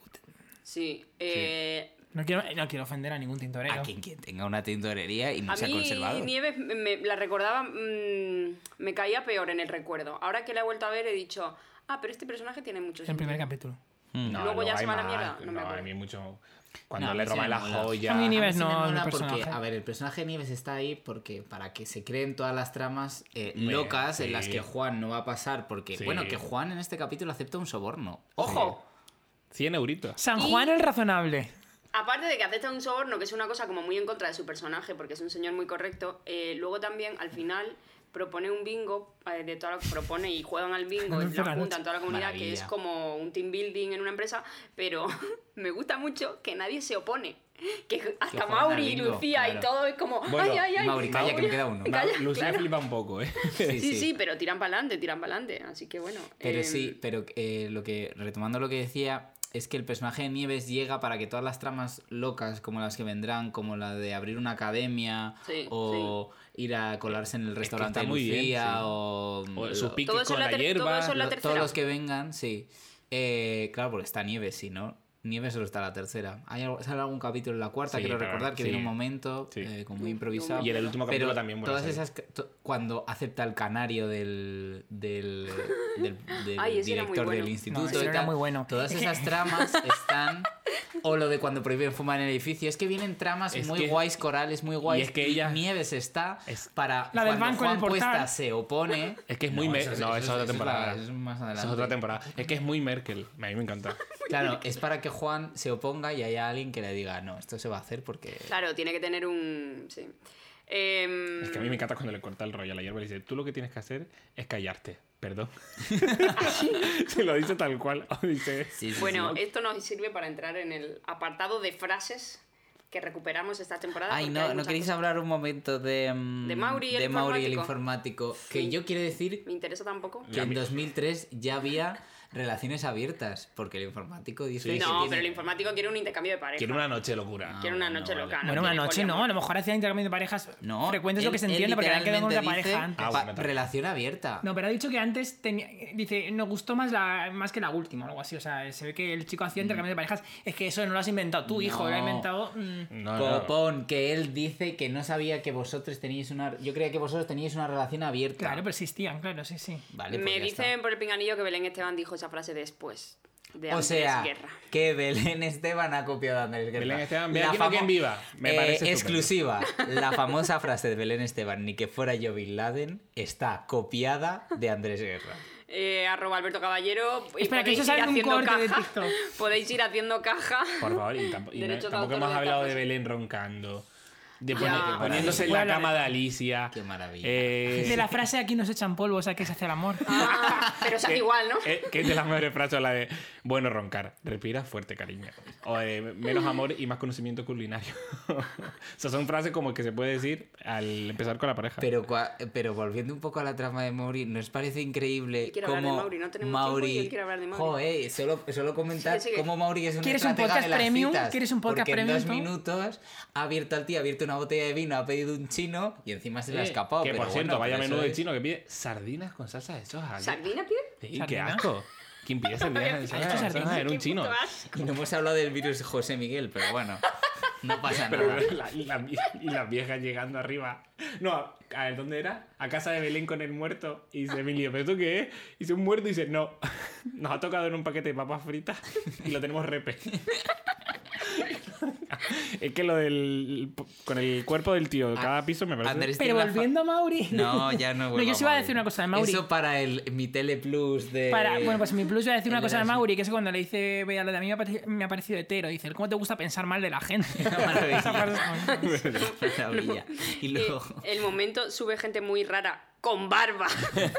Speaker 3: Sí. eh,
Speaker 1: No quiero, no quiero ofender a ningún tintorero.
Speaker 4: A quien, quien tenga una tintorería y no
Speaker 3: A
Speaker 4: se ha
Speaker 3: mí
Speaker 4: conservado.
Speaker 3: Nieves me, me- la recordaba, mm, me caía peor en el recuerdo. Ahora que la he vuelto a ver he dicho, ah, pero este personaje tiene mucho
Speaker 1: Es el primer
Speaker 3: sentido".
Speaker 1: capítulo.
Speaker 4: Mm.
Speaker 5: No,
Speaker 3: Luego ya
Speaker 5: hay
Speaker 3: se va a la
Speaker 5: más.
Speaker 3: mierda, pues. no me
Speaker 5: No,
Speaker 3: acuerdo.
Speaker 5: a mí mucho. Cuando
Speaker 4: No, a
Speaker 5: le
Speaker 4: mí sí
Speaker 5: roba
Speaker 4: me
Speaker 5: la
Speaker 4: mola.
Speaker 5: joya.
Speaker 1: A mí Nieves
Speaker 4: Sí me
Speaker 1: no,
Speaker 4: mola
Speaker 1: el
Speaker 4: porque,
Speaker 1: personaje.
Speaker 4: a ver, el personaje de Nieves está ahí porque para que se creen todas las tramas eh,
Speaker 5: Bien,
Speaker 4: locas
Speaker 5: sí.
Speaker 4: en las que Juan no va a pasar, porque,
Speaker 5: Sí.
Speaker 4: bueno, que Juan en este capítulo acepta un soborno.
Speaker 3: ¡Ojo!
Speaker 5: 100 euritos.
Speaker 1: San Juan el razonable.
Speaker 3: Aparte de que acepta un soborno, que es una cosa como muy en contra de su personaje, porque es un señor muy correcto, eh, luego también al final propone un bingo, eh, de toda la- propone y juegan al bingo,
Speaker 1: No,
Speaker 3: en
Speaker 1: no,
Speaker 3: la
Speaker 1: no.
Speaker 3: junta, en toda la comunidad, que es
Speaker 4: Maravilla.
Speaker 3: como un team building en una empresa, pero me gusta mucho que nadie se opone. Que hasta
Speaker 4: juegan
Speaker 3: Mauri
Speaker 4: al
Speaker 3: y
Speaker 4: bingo,
Speaker 3: Lucía y
Speaker 4: claro.
Speaker 3: todo es como,
Speaker 5: Bueno,
Speaker 3: ay, ay, ay.
Speaker 4: Mauri, calla, que me queda uno.
Speaker 3: Calla,
Speaker 5: Lucía
Speaker 3: claro.
Speaker 5: flipa un poco, ¿eh?
Speaker 3: Sí, sí, pero tiran para adelante, tiran para adelante, así que bueno.
Speaker 4: Pero
Speaker 3: eh,
Speaker 4: sí, pero eh, lo que retomando lo que decía es que el personaje de Nieves llega para que todas las tramas locas como las que vendrán, como la de abrir una academia
Speaker 3: Sí,
Speaker 4: o ir a colarse en el
Speaker 5: que
Speaker 4: restaurante
Speaker 5: está muy
Speaker 4: de
Speaker 5: bien,
Speaker 4: Lucía
Speaker 5: sí.
Speaker 4: o,
Speaker 5: O
Speaker 4: lo-
Speaker 5: su pique
Speaker 3: Todo eso
Speaker 5: con
Speaker 3: en la
Speaker 5: la,
Speaker 3: ter- todo
Speaker 5: hierba.
Speaker 3: eso en la
Speaker 4: lo-
Speaker 3: tercera.
Speaker 4: todos los que vengan, sí. Eh, claro, porque está Nieves, si no. Nieves solo está la tercera. Hay algo- sale algún capítulo en la cuarta,
Speaker 5: Sí,
Speaker 4: quiero
Speaker 5: pero
Speaker 4: recordar que
Speaker 5: sí.
Speaker 4: viene un momento
Speaker 5: Sí.
Speaker 4: eh, como muy
Speaker 3: Mm,
Speaker 4: improvisado.
Speaker 5: Y en el último capítulo
Speaker 4: Pero
Speaker 5: también vuelve a
Speaker 4: todas
Speaker 5: salir.
Speaker 4: esas ca- to- cuando acepta el canario del del, del- del
Speaker 3: Ay, ese era muy
Speaker 4: director
Speaker 3: bueno.
Speaker 4: del instituto
Speaker 1: No, ese
Speaker 4: y
Speaker 1: era
Speaker 4: tal,
Speaker 1: muy bueno.
Speaker 4: todas esas tramas están o lo de cuando prohíben fumar en el edificio es que vienen tramas
Speaker 5: Es
Speaker 4: muy
Speaker 5: que-
Speaker 4: guays corales muy guays
Speaker 5: es que ella-
Speaker 4: Nieves está
Speaker 5: es-
Speaker 4: para
Speaker 1: La del
Speaker 4: cuando
Speaker 1: banco en
Speaker 4: Juan
Speaker 1: el portal.
Speaker 4: Cuesta se opone
Speaker 5: Es que es muy.
Speaker 4: No,
Speaker 5: me-
Speaker 4: eso es-
Speaker 5: no,
Speaker 4: eso
Speaker 5: esa es
Speaker 4: es- eso
Speaker 5: otra
Speaker 4: es la-
Speaker 5: temporada.
Speaker 4: eso es más
Speaker 5: Esa es
Speaker 4: adelante.
Speaker 5: otra temporada. Es que es muy Merkel. A mí me encanta.
Speaker 4: Claro, es para que Juan se oponga y haya alguien que le diga, no, esto se va a hacer porque...
Speaker 3: Claro, tiene que tener un... Sí. Em,
Speaker 5: Es que a mí me encanta cuando le corta el rollo a la hierba y le dice, tú lo que tienes que hacer es callarte. Perdón. Se lo dice tal cual. O dice,
Speaker 3: Bueno, esto nos sirve para entrar en el apartado de frases que recuperamos esta temporada.
Speaker 4: Ay,
Speaker 3: porque
Speaker 4: no,
Speaker 3: hay
Speaker 4: ¿no
Speaker 3: muchas
Speaker 4: queréis
Speaker 3: cosas.
Speaker 4: hablar un momento de... mm,
Speaker 3: De Mauri el
Speaker 4: de Mauri el
Speaker 3: informático?
Speaker 4: informático? Que yo quiero decir
Speaker 3: Me interesa tampoco.
Speaker 4: que en 2003 ya había relaciones abiertas, porque el informático dice... que
Speaker 3: no,
Speaker 4: tiene-
Speaker 3: pero el informático quiere un intercambio de pareja.
Speaker 5: quiero una noche de locura.
Speaker 3: Quiere una noche
Speaker 4: vale.
Speaker 3: loca. no
Speaker 1: Bueno, una
Speaker 3: quiere
Speaker 1: noche no,
Speaker 3: poliamor.
Speaker 1: a lo mejor hacía intercambio de parejas
Speaker 4: No,
Speaker 1: frecuentes, lo
Speaker 4: él-
Speaker 1: que se
Speaker 4: él
Speaker 1: entiende, porque habían quedado con una
Speaker 4: literalmente
Speaker 1: pareja
Speaker 4: dice,
Speaker 1: antes.
Speaker 5: Ah,
Speaker 4: "Pa-
Speaker 5: bueno, tal.
Speaker 4: relación abierta.
Speaker 1: No, pero ha dicho que antes tenía, dice, nos gustó más la más que la última o algo así. O sea, se ve que el chico hacía intercambio de parejas. Es que eso no lo has inventado tú, hijo, lo ha
Speaker 4: No.
Speaker 1: inventado. mm,
Speaker 5: No, no.
Speaker 4: Popón, que él dice que no sabía que vosotros teníais una... Yo creía que vosotros teníais una relación abierta.
Speaker 1: claro, pero existían, claro, sí, sí.
Speaker 4: Vale, pues
Speaker 3: Me
Speaker 4: ya está.
Speaker 3: dicen por el pinganillo que Belén Esteban dijo esa frase después de
Speaker 4: O
Speaker 3: Andrés
Speaker 4: sea,
Speaker 3: Guerra.
Speaker 4: que Belén Esteban ha copiado a Andrés Guerra.
Speaker 5: Belén Esteban, ve aquí no
Speaker 4: famo- Eh,
Speaker 5: quien viva. Me parece estupendo.
Speaker 4: exclusiva. La famosa frase de Belén Esteban, ni que fuera yo Bin Laden, está copiada de Andrés Guerra.
Speaker 3: Eh, arroba Alberto Caballero. y
Speaker 1: Espera, que eso
Speaker 3: podéis ir
Speaker 1: sale en un
Speaker 3: haciendo
Speaker 1: corte de
Speaker 3: caja.
Speaker 1: TikTok.
Speaker 3: Podéis ir haciendo caja.
Speaker 5: Por favor, y, tampo- y no-
Speaker 3: Derecho de
Speaker 5: tampoco
Speaker 3: autor
Speaker 5: hemos
Speaker 3: de
Speaker 5: hablado de
Speaker 3: Carlos.
Speaker 5: Belén roncando. De
Speaker 3: Ah,
Speaker 5: poni-
Speaker 3: qué
Speaker 5: poniéndose en
Speaker 1: maravilla.
Speaker 5: la cama de Alicia.
Speaker 4: Qué maravilla.
Speaker 5: Eh,
Speaker 1: De la frase aquí nos echan polvo, o sea, que se hace el amor.
Speaker 3: Ah, pero es
Speaker 5: que-
Speaker 3: igual, ¿no?
Speaker 5: eh, que es de las mejores frases la de bueno roncar, respira fuerte, cariño. O de menos amor y más conocimiento culinario. o sea, son frases como que se puede decir al empezar con la pareja.
Speaker 4: Pero, cua- pero volviendo un poco a la trama de Mauri, ¿nos parece increíble
Speaker 3: Él quiere hablar de
Speaker 4: cómo
Speaker 3: Mauri, no tenemos
Speaker 4: Mauri-
Speaker 3: tiempo y él quiere hablar de Mauri.
Speaker 4: Jo, eh, solo, solo comentar
Speaker 3: Sigue, sigue.
Speaker 4: cómo Mauri es un
Speaker 1: ¿Quieres un podcast premium? ¿Quieres un podcast
Speaker 4: porque
Speaker 1: premium
Speaker 4: en
Speaker 1: tú?
Speaker 4: dos minutos ha abierto al tío, ha abierto una botella de vino, ha pedido un chino y encima se le ha
Speaker 5: Eh,
Speaker 4: escapado.
Speaker 5: Que
Speaker 4: pero
Speaker 5: por cierto,
Speaker 4: bueno,
Speaker 5: vaya
Speaker 4: pero eso
Speaker 5: menudo de
Speaker 4: es-
Speaker 5: chino que pide sardinas con salsa de soja. ¿Qué-
Speaker 3: ¿Sardina, pide?
Speaker 5: Sí, qué
Speaker 1: ¿Sardinas?
Speaker 5: asco. ¿Quién pide sardinas con
Speaker 1: hecho
Speaker 5: salsa de
Speaker 1: sardinas?
Speaker 5: soja? Era un
Speaker 3: Qué
Speaker 5: chino.
Speaker 3: puto asco.
Speaker 4: Y no hemos hablado del virus José Miguel, pero bueno, no pasa
Speaker 5: Pero
Speaker 4: nada.
Speaker 5: la- y, la- y las viejas llegando arriba. No, a, a ver, ¿dónde era? A casa de Belén con el muerto. Y dice Emilio, ¿pero esto qué es? Y dice un muerto y dice, no, nos ha tocado en un paquete de papas fritas y lo tenemos repe. es que lo del. Con el cuerpo del tío de
Speaker 4: Ah,
Speaker 5: cada piso me parece.
Speaker 4: Andrés
Speaker 1: Pero
Speaker 4: tiene una fa-
Speaker 1: volviendo a Mauri.
Speaker 4: No, ya no vuelvo
Speaker 1: yo sí iba a
Speaker 4: Mauri.
Speaker 1: decir una cosa de Mauri.
Speaker 4: Eso para el, mi Tele Plus de.
Speaker 1: Para- bueno, pues en mi plus voy a decir una
Speaker 4: Eh, el
Speaker 1: cosa de
Speaker 4: Erasmus.
Speaker 1: Mauri, que es que cuando le dice Bea lo de a mí me ha, parecido, me ha parecido hetero. Dice, ¿cómo te gusta pensar mal de la gente?
Speaker 4: Maravilla.
Speaker 1: Esa frase es como-
Speaker 4: Maravilla. Y
Speaker 3: Eh,
Speaker 4: luego.
Speaker 3: el momento sube gente muy rara con barba.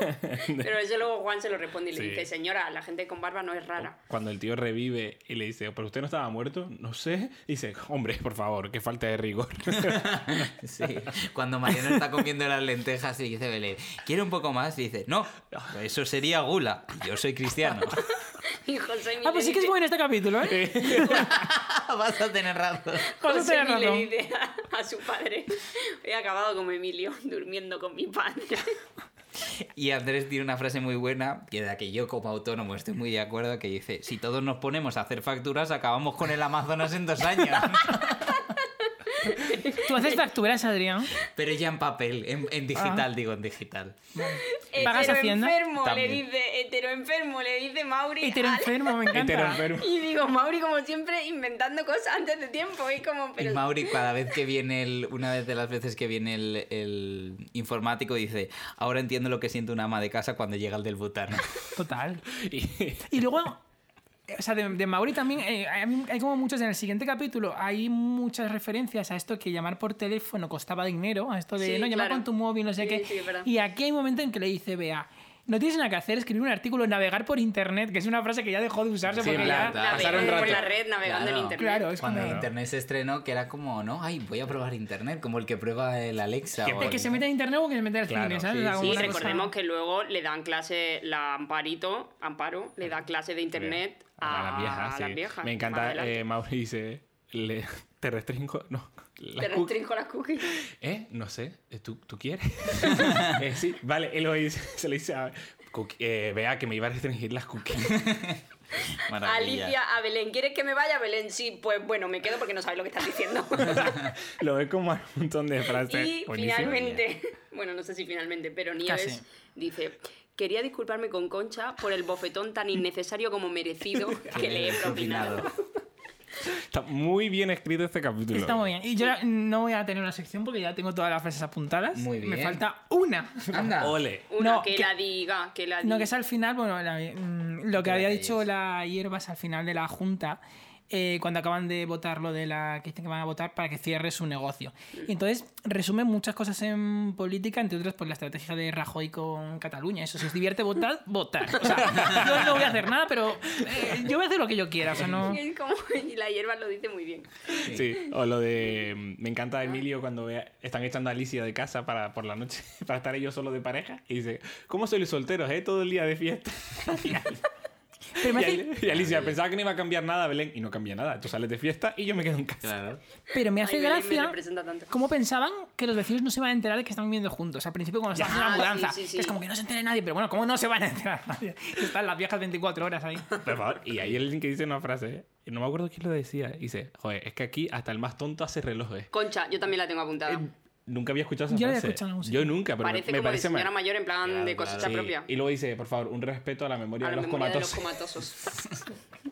Speaker 3: Pero eso luego Juan se lo responde y le
Speaker 5: Sí.
Speaker 3: dice, señora, la gente con barba no es rara.
Speaker 5: Cuando el tío revive y le dice, "Oh, pero usted no estaba muerto, no sé. Dice, hombre, por favor, qué falta de rigor.
Speaker 4: Sí. Cuando Mariano está comiendo las lentejas y dice Belén, ¿quiere un poco más? Y dice, no, eso sería gula. Y yo soy cristiano.
Speaker 3: Y José
Speaker 1: Ah, pues sí que es bueno este capítulo, ¿eh?
Speaker 4: Vas a tener razón.
Speaker 1: Vas a tener
Speaker 3: le
Speaker 1: razón.
Speaker 3: dice a, a su padre, he acabado como Emilio durmiendo con mi padre.
Speaker 4: Y Andrés tiene una frase muy buena, que de la que yo como autónomo estoy muy de acuerdo, que dice, si todos nos ponemos a hacer facturas, acabamos con el Amazonas en dos años.
Speaker 1: Tú haces facturas, Adrián.
Speaker 4: Pero ya en papel, en, en digital, digo, en digital.
Speaker 1: ¿Pagas
Speaker 3: Hetero
Speaker 1: Hacienda?
Speaker 3: enfermo,
Speaker 4: También.
Speaker 3: le dice, hetero enfermo, le dice Mauri.
Speaker 1: Hetero
Speaker 3: al-
Speaker 1: enfermo, me
Speaker 5: Hetero
Speaker 1: encanta.
Speaker 5: enfermo.
Speaker 3: Y digo, Mauri como siempre inventando cosas antes de tiempo y como,
Speaker 4: Y
Speaker 3: pero...
Speaker 4: Mauri, cada vez que viene el, una vez de las veces que viene el, el informático, dice, ahora entiendo lo que siente una ama de casa cuando llega el del butano.
Speaker 1: Total.
Speaker 5: Y-
Speaker 1: Y luego, o sea, de, de Mauri también, eh, hay, hay como muchas en el siguiente capítulo, hay muchas referencias a esto que llamar por teléfono costaba dinero, a esto de
Speaker 3: Sí,
Speaker 1: no llamar
Speaker 3: claro.
Speaker 1: con tu móvil, no sé
Speaker 3: Sí,
Speaker 1: qué.
Speaker 3: sí, es verdad.
Speaker 1: y aquí hay un momento en que le dice, vea. No tienes nada que hacer, escribir un artículo, navegar por internet, que es una frase que ya dejó de usarse
Speaker 5: Sí,
Speaker 1: porque
Speaker 5: en
Speaker 1: ya.
Speaker 5: plan,
Speaker 3: Navegando
Speaker 5: Pasar un
Speaker 3: por
Speaker 5: rato.
Speaker 3: la red, navegando
Speaker 4: Claro.
Speaker 3: en internet.
Speaker 1: Claro, es
Speaker 4: Cuando
Speaker 1: como.
Speaker 4: el internet se estrenó, que era como, no, ay, voy a probar internet, como el que prueba el Alexa.
Speaker 5: Que-
Speaker 4: o
Speaker 1: El que
Speaker 4: el-
Speaker 1: se mete en internet o que se mete al
Speaker 5: Claro,
Speaker 1: cine, ¿sabes?
Speaker 4: sí,
Speaker 1: O sea, como
Speaker 3: Sí,
Speaker 1: una cosa-
Speaker 3: recordemos que luego le dan clase la Amparito, Amparo, le
Speaker 5: Ah,
Speaker 3: da clase de internet a,
Speaker 5: las viejas, sí.
Speaker 3: las viejas,
Speaker 5: Me
Speaker 3: más
Speaker 5: encanta,
Speaker 3: adelante.
Speaker 5: eh, Mauri dice, le- te restringo, no. la
Speaker 3: Te
Speaker 5: cu-
Speaker 3: restringo las cookies.
Speaker 5: ¿Eh? No sé, eh, ¿tú, tú quieres? Eh, sí, vale, él lo dice- se le dice a... Cookie- eh, vea que me iba a restringir las cookies.
Speaker 4: Maravilla.
Speaker 3: Alicia a Belén, ¿quieres que me vaya a Belén? Sí, pues bueno, me quedo porque no sabes lo que estás diciendo.
Speaker 5: Lo ve como un montón de frases.
Speaker 3: y
Speaker 5: Buenísimo.
Speaker 3: finalmente, bueno, no sé si finalmente, pero Nieves
Speaker 1: Casi.
Speaker 3: dice, quería disculparme con Concha por el bofetón tan innecesario como merecido que le he propinado.
Speaker 5: Está muy bien escrito este capítulo.
Speaker 1: Está muy bien. Y yo ya no voy a tener una sección porque ya tengo todas las frases apuntadas.
Speaker 4: Muy bien.
Speaker 1: Me falta una.
Speaker 4: Anda.
Speaker 5: Ole.
Speaker 3: Una
Speaker 1: No,
Speaker 3: que,
Speaker 1: que-
Speaker 3: la diga, que la diga.
Speaker 1: No, que es al final, bueno, la- mm, lo que
Speaker 4: Creo
Speaker 1: había
Speaker 4: que
Speaker 1: dicho
Speaker 4: es.
Speaker 1: la Hierbas al final de la Junta, eh, cuando acaban de votar lo de la que dicen que van a votar para que cierre su negocio. Y entonces resumen muchas cosas en política, entre otras por la estrategia de Rajoy con Cataluña. Eso, si os divierte votar, votar. O sea, yo no voy a hacer nada, pero eh, yo voy a hacer lo que yo quiera. O sea, no...
Speaker 3: Y es como- y la hierba lo dice muy bien.
Speaker 5: Sí. o lo de. mm, Me encanta Emilio cuando vea- están echando a Alicia de casa para, por la noche para estar ellos solos de pareja. Y dice: ¿Cómo soy los solteros, eh? Todo el día de fiesta.
Speaker 1: Pero me
Speaker 5: Y,
Speaker 1: hace-
Speaker 5: Al- y Alicia pensaba que no iba a cambiar nada, Belén. Y no cambia nada. Tú sales de fiesta y yo me quedo en casa.
Speaker 4: Claro.
Speaker 1: Pero me
Speaker 3: Ay,
Speaker 1: hace
Speaker 3: Belén me
Speaker 1: gracia
Speaker 3: representa tanto.
Speaker 1: cómo pensaban que los vecinos no se van a enterar de que están viviendo juntos. Al principio cuando se hace la
Speaker 3: Ah,
Speaker 1: mudanza,
Speaker 3: sí, sí, sí.
Speaker 1: que es como que no se entere nadie, pero bueno, ¿cómo no se van a enterar nadie? Están las viejas 24 horas ahí.
Speaker 5: Por favor. Y ahí alguien que dice una frase. eh, No me acuerdo quién lo decía. Dice: Joder, es que aquí hasta el más tonto hace relojes.
Speaker 3: Concha, yo también la tengo apuntada.
Speaker 5: Eh, Nunca había escuchado esa
Speaker 1: Yo la
Speaker 5: frase.
Speaker 1: había escuchado en algún sitio.
Speaker 5: Yo nunca, pero
Speaker 3: Ah. parece
Speaker 5: me
Speaker 3: como
Speaker 5: parece
Speaker 3: de señora
Speaker 5: mal.
Speaker 3: mayor en plan
Speaker 4: Claro,
Speaker 3: de cosecha
Speaker 4: claro.
Speaker 5: Sí.
Speaker 3: propia.
Speaker 5: Y luego dice, por favor, un respeto a la memoria,
Speaker 3: a
Speaker 5: de,
Speaker 3: la
Speaker 5: los
Speaker 3: memoria de los
Speaker 5: comatosos.
Speaker 3: comatosos.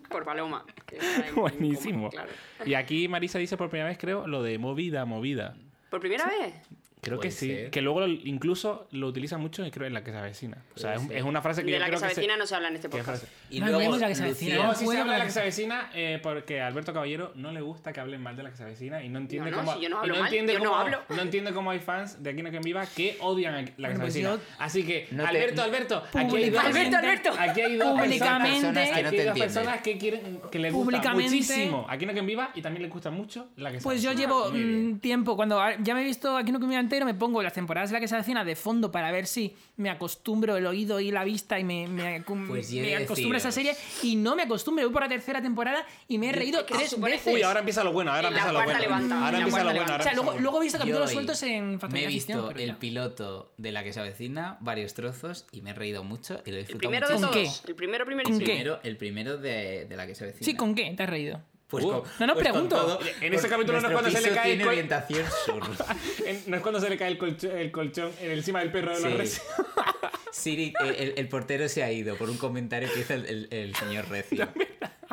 Speaker 3: Por paloma. que está en-
Speaker 5: Buenísimo.
Speaker 3: en coma, claro.
Speaker 5: Y aquí Marisa dice por primera vez, creo, lo de movida, movida.
Speaker 3: ¿Por primera vez?
Speaker 5: Creo
Speaker 4: Puede
Speaker 5: que sí.
Speaker 4: ser.
Speaker 5: Que luego lo- incluso lo utiliza mucho creo, en la que se avecina. O sea,
Speaker 4: Puede
Speaker 5: es, un-
Speaker 4: ser.
Speaker 5: es una frase que
Speaker 3: De
Speaker 5: yo
Speaker 3: la que
Speaker 5: creo
Speaker 3: se
Speaker 5: que
Speaker 3: avecina no se habla en este
Speaker 5: ¿Qué
Speaker 3: podcast.
Speaker 5: frase?
Speaker 4: Y
Speaker 1: No,
Speaker 4: luego,
Speaker 1: hablemos de la que se
Speaker 4: Lucía-
Speaker 1: avecina.
Speaker 5: No, sí se
Speaker 1: Bueno,
Speaker 5: habla de la
Speaker 1: claro.
Speaker 5: que se avecina eh, porque a Alberto Caballero no le gusta que hablen mal de la que se avecina y no entiende
Speaker 3: no,
Speaker 5: cómo...
Speaker 3: si yo no
Speaker 5: y
Speaker 3: hablo mal,
Speaker 5: entiende
Speaker 3: yo no
Speaker 5: cómo-
Speaker 3: hablo.
Speaker 5: no entiende cómo hay fans de Aquí no quien viva que odian a la que
Speaker 1: Bueno, pues
Speaker 5: se avecina.
Speaker 1: yo-
Speaker 5: Así que,
Speaker 4: No te-
Speaker 5: Alberto, Alberto, aquí hay dos...
Speaker 3: Alberto, Alberto.
Speaker 5: Aquí hay dos
Speaker 1: Públicamente-
Speaker 5: personas-
Speaker 1: personas
Speaker 4: que no
Speaker 5: aquí
Speaker 4: te
Speaker 5: hay dos
Speaker 4: entienden.
Speaker 5: personas que quieren que les gusta
Speaker 1: Públicamente-
Speaker 5: muchísimo Aquí no quien viva y también les gusta mucho la que se
Speaker 1: Pues yo
Speaker 5: avecina.
Speaker 1: llevo
Speaker 4: muy bien.
Speaker 1: mm, tiempo, cuando a- ya me he visto aquí no comí entero, me pongo las temporadas de la que se avecina de fondo para ver si me acostumbro el oído y la vista y me, me, acum-
Speaker 4: Pues yo
Speaker 1: me
Speaker 4: he
Speaker 1: acostumbro a esa serie y no me acostumbro. Voy por la tercera temporada y me he reído
Speaker 3: que se
Speaker 1: tres
Speaker 3: supone-
Speaker 1: veces.
Speaker 5: Uy, ahora empieza lo bueno, ahora
Speaker 3: En la
Speaker 5: empieza lo
Speaker 3: cuarta
Speaker 5: bueno.
Speaker 3: levanta, en
Speaker 5: Ahora
Speaker 3: la
Speaker 5: empieza lo
Speaker 3: cuarta
Speaker 5: bueno,
Speaker 3: levanta.
Speaker 5: ahora
Speaker 1: o sea,
Speaker 5: empieza
Speaker 1: luego,
Speaker 5: lo
Speaker 1: luego he visto
Speaker 4: Yo
Speaker 1: capítulos
Speaker 4: hoy
Speaker 1: sueltos en
Speaker 4: Me
Speaker 1: Factoría
Speaker 4: he
Speaker 1: de Ficción,
Speaker 4: visto
Speaker 1: pero
Speaker 4: el
Speaker 1: ya.
Speaker 4: piloto de la que se avecina, varios trozos, y me he reído mucho y lo he
Speaker 3: El
Speaker 4: disfrutado
Speaker 3: primero de
Speaker 4: mucho.
Speaker 1: ¿Con qué?
Speaker 3: todos. El primero,
Speaker 1: ¿Con
Speaker 3: primerísimo.
Speaker 4: El
Speaker 1: qué?
Speaker 4: primero, el primero de, de la que se avecina.
Speaker 1: Sí, ¿con qué te has reído?
Speaker 4: Pues
Speaker 5: Uh,
Speaker 1: no,
Speaker 4: con-
Speaker 1: no,
Speaker 4: pues con
Speaker 1: pregunto.
Speaker 4: todo.
Speaker 5: En ese
Speaker 4: Pues
Speaker 5: capítulo no
Speaker 4: nuestro
Speaker 5: es cuando se le
Speaker 4: piso
Speaker 5: cae el
Speaker 4: tiene
Speaker 5: col-
Speaker 4: orientación sur.
Speaker 5: bueno. En- No es cuando se le cae el colchón, el colchón en- encima del perro de los
Speaker 4: Sí. eh,
Speaker 5: reyes.
Speaker 4: Siri, el, el- el portero se ha ido por un comentario que hizo el, el- el señor Recio.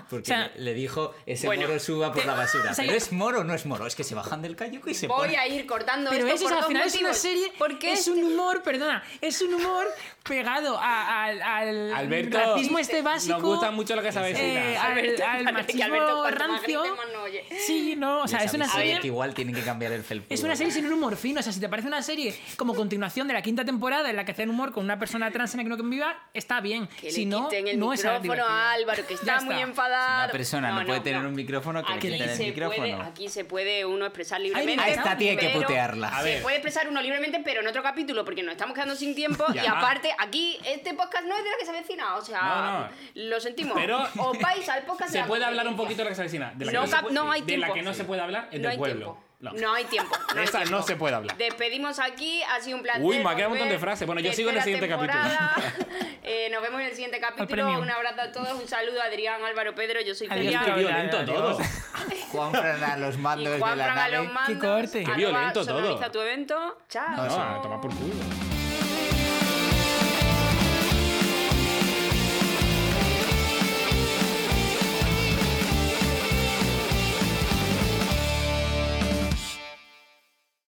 Speaker 4: Porque
Speaker 1: O sea,
Speaker 4: le le dijo, ese
Speaker 3: Bueno,
Speaker 4: moro suba por la basura.
Speaker 1: o sea,
Speaker 4: ¿Pero
Speaker 1: yo-
Speaker 4: es moro o no es moro? Es que se bajan del cayuco y se
Speaker 3: Voy
Speaker 4: ponen...
Speaker 3: a ir cortando
Speaker 1: pero
Speaker 3: esto
Speaker 1: eso es,
Speaker 3: por
Speaker 1: al
Speaker 3: dos
Speaker 1: final es una
Speaker 3: motivos.
Speaker 1: serie.
Speaker 3: Porque
Speaker 1: es un humor, perdona, es un humor pegado a- al, al
Speaker 5: Alberto,
Speaker 1: racismo este básico.
Speaker 5: Nos gusta mucho lo que sabes.
Speaker 1: eh, al, al
Speaker 3: Parece que
Speaker 1: machismo
Speaker 3: Alberto, cuanto más
Speaker 1: rancio.
Speaker 3: grite, más no oye.
Speaker 1: Sí, no, o sea,
Speaker 4: Les
Speaker 1: es una
Speaker 4: avisaré
Speaker 1: serie.
Speaker 4: que igual tienen que cambiar el felpudo.
Speaker 1: Es una serie sin un humor fino. O sea, si te parece una serie como continuación de la quinta temporada en la que hacen humor con una persona trans en la que no conviva, está bien.
Speaker 3: Que
Speaker 1: si
Speaker 3: le
Speaker 1: no,
Speaker 3: quiten el
Speaker 1: no es algo
Speaker 3: micrófono
Speaker 1: divertido.
Speaker 3: a Álvaro, que
Speaker 1: Ya
Speaker 3: está,
Speaker 1: está.
Speaker 3: muy
Speaker 4: Si
Speaker 3: enfadado.
Speaker 4: una persona no puede tener un micrófono, que le
Speaker 3: aquí
Speaker 4: quiten el
Speaker 3: se Puede,
Speaker 4: micrófono.
Speaker 3: aquí se puede uno expresar libremente.
Speaker 1: mira,
Speaker 4: A esta tía hay que
Speaker 3: pero-
Speaker 4: putearla.
Speaker 5: A
Speaker 3: Se
Speaker 5: ver.
Speaker 3: puede expresar uno libremente, pero en otro capítulo, porque nos estamos quedando sin tiempo. y
Speaker 5: Ya va.
Speaker 3: aparte, aquí, este podcast no es de la que se avecina. O sea,
Speaker 5: No, no.
Speaker 3: lo sentimos.
Speaker 5: Pero-
Speaker 3: Os vais al podcast de
Speaker 5: Se
Speaker 3: la
Speaker 5: puede hablar un poquito
Speaker 3: competencia.
Speaker 5: de la que se avecina, de la
Speaker 3: No
Speaker 5: que
Speaker 3: cap-
Speaker 5: se-
Speaker 3: no hay
Speaker 5: De la
Speaker 3: tiempo.
Speaker 5: que no se puede hablar es
Speaker 3: No
Speaker 5: del
Speaker 3: hay
Speaker 5: pueblo.
Speaker 3: tiempo. No. hay tiempo. No hay
Speaker 5: Esa
Speaker 3: tiempo.
Speaker 5: no se puede hablar.
Speaker 3: Despedimos aquí. Ha sido un placer.
Speaker 5: Uy, me ha quedado un
Speaker 3: volver.
Speaker 5: montón de frases. Bueno, yo sigo en el
Speaker 3: Tercera
Speaker 5: siguiente
Speaker 3: temporada. Eh, nos vemos en el siguiente capítulo.
Speaker 1: premium.
Speaker 3: Un abrazo a todos. Un saludo a Adrián, Álvaro, Pedro. Yo soy
Speaker 1: Adiós,
Speaker 3: Celia.
Speaker 5: Qué
Speaker 1: Hablar,
Speaker 5: violento
Speaker 1: hablar.
Speaker 5: todo.
Speaker 4: Juan Fran a los
Speaker 3: Y
Speaker 4: mandos
Speaker 3: Juan
Speaker 4: de la
Speaker 3: Fran a
Speaker 4: nave.
Speaker 3: los mandos.
Speaker 1: corte.
Speaker 5: Qué
Speaker 3: Arroba
Speaker 5: violento todo.
Speaker 3: sonoriza tu evento. Chao.
Speaker 5: No, a tomar por culo.
Speaker 1: Chao.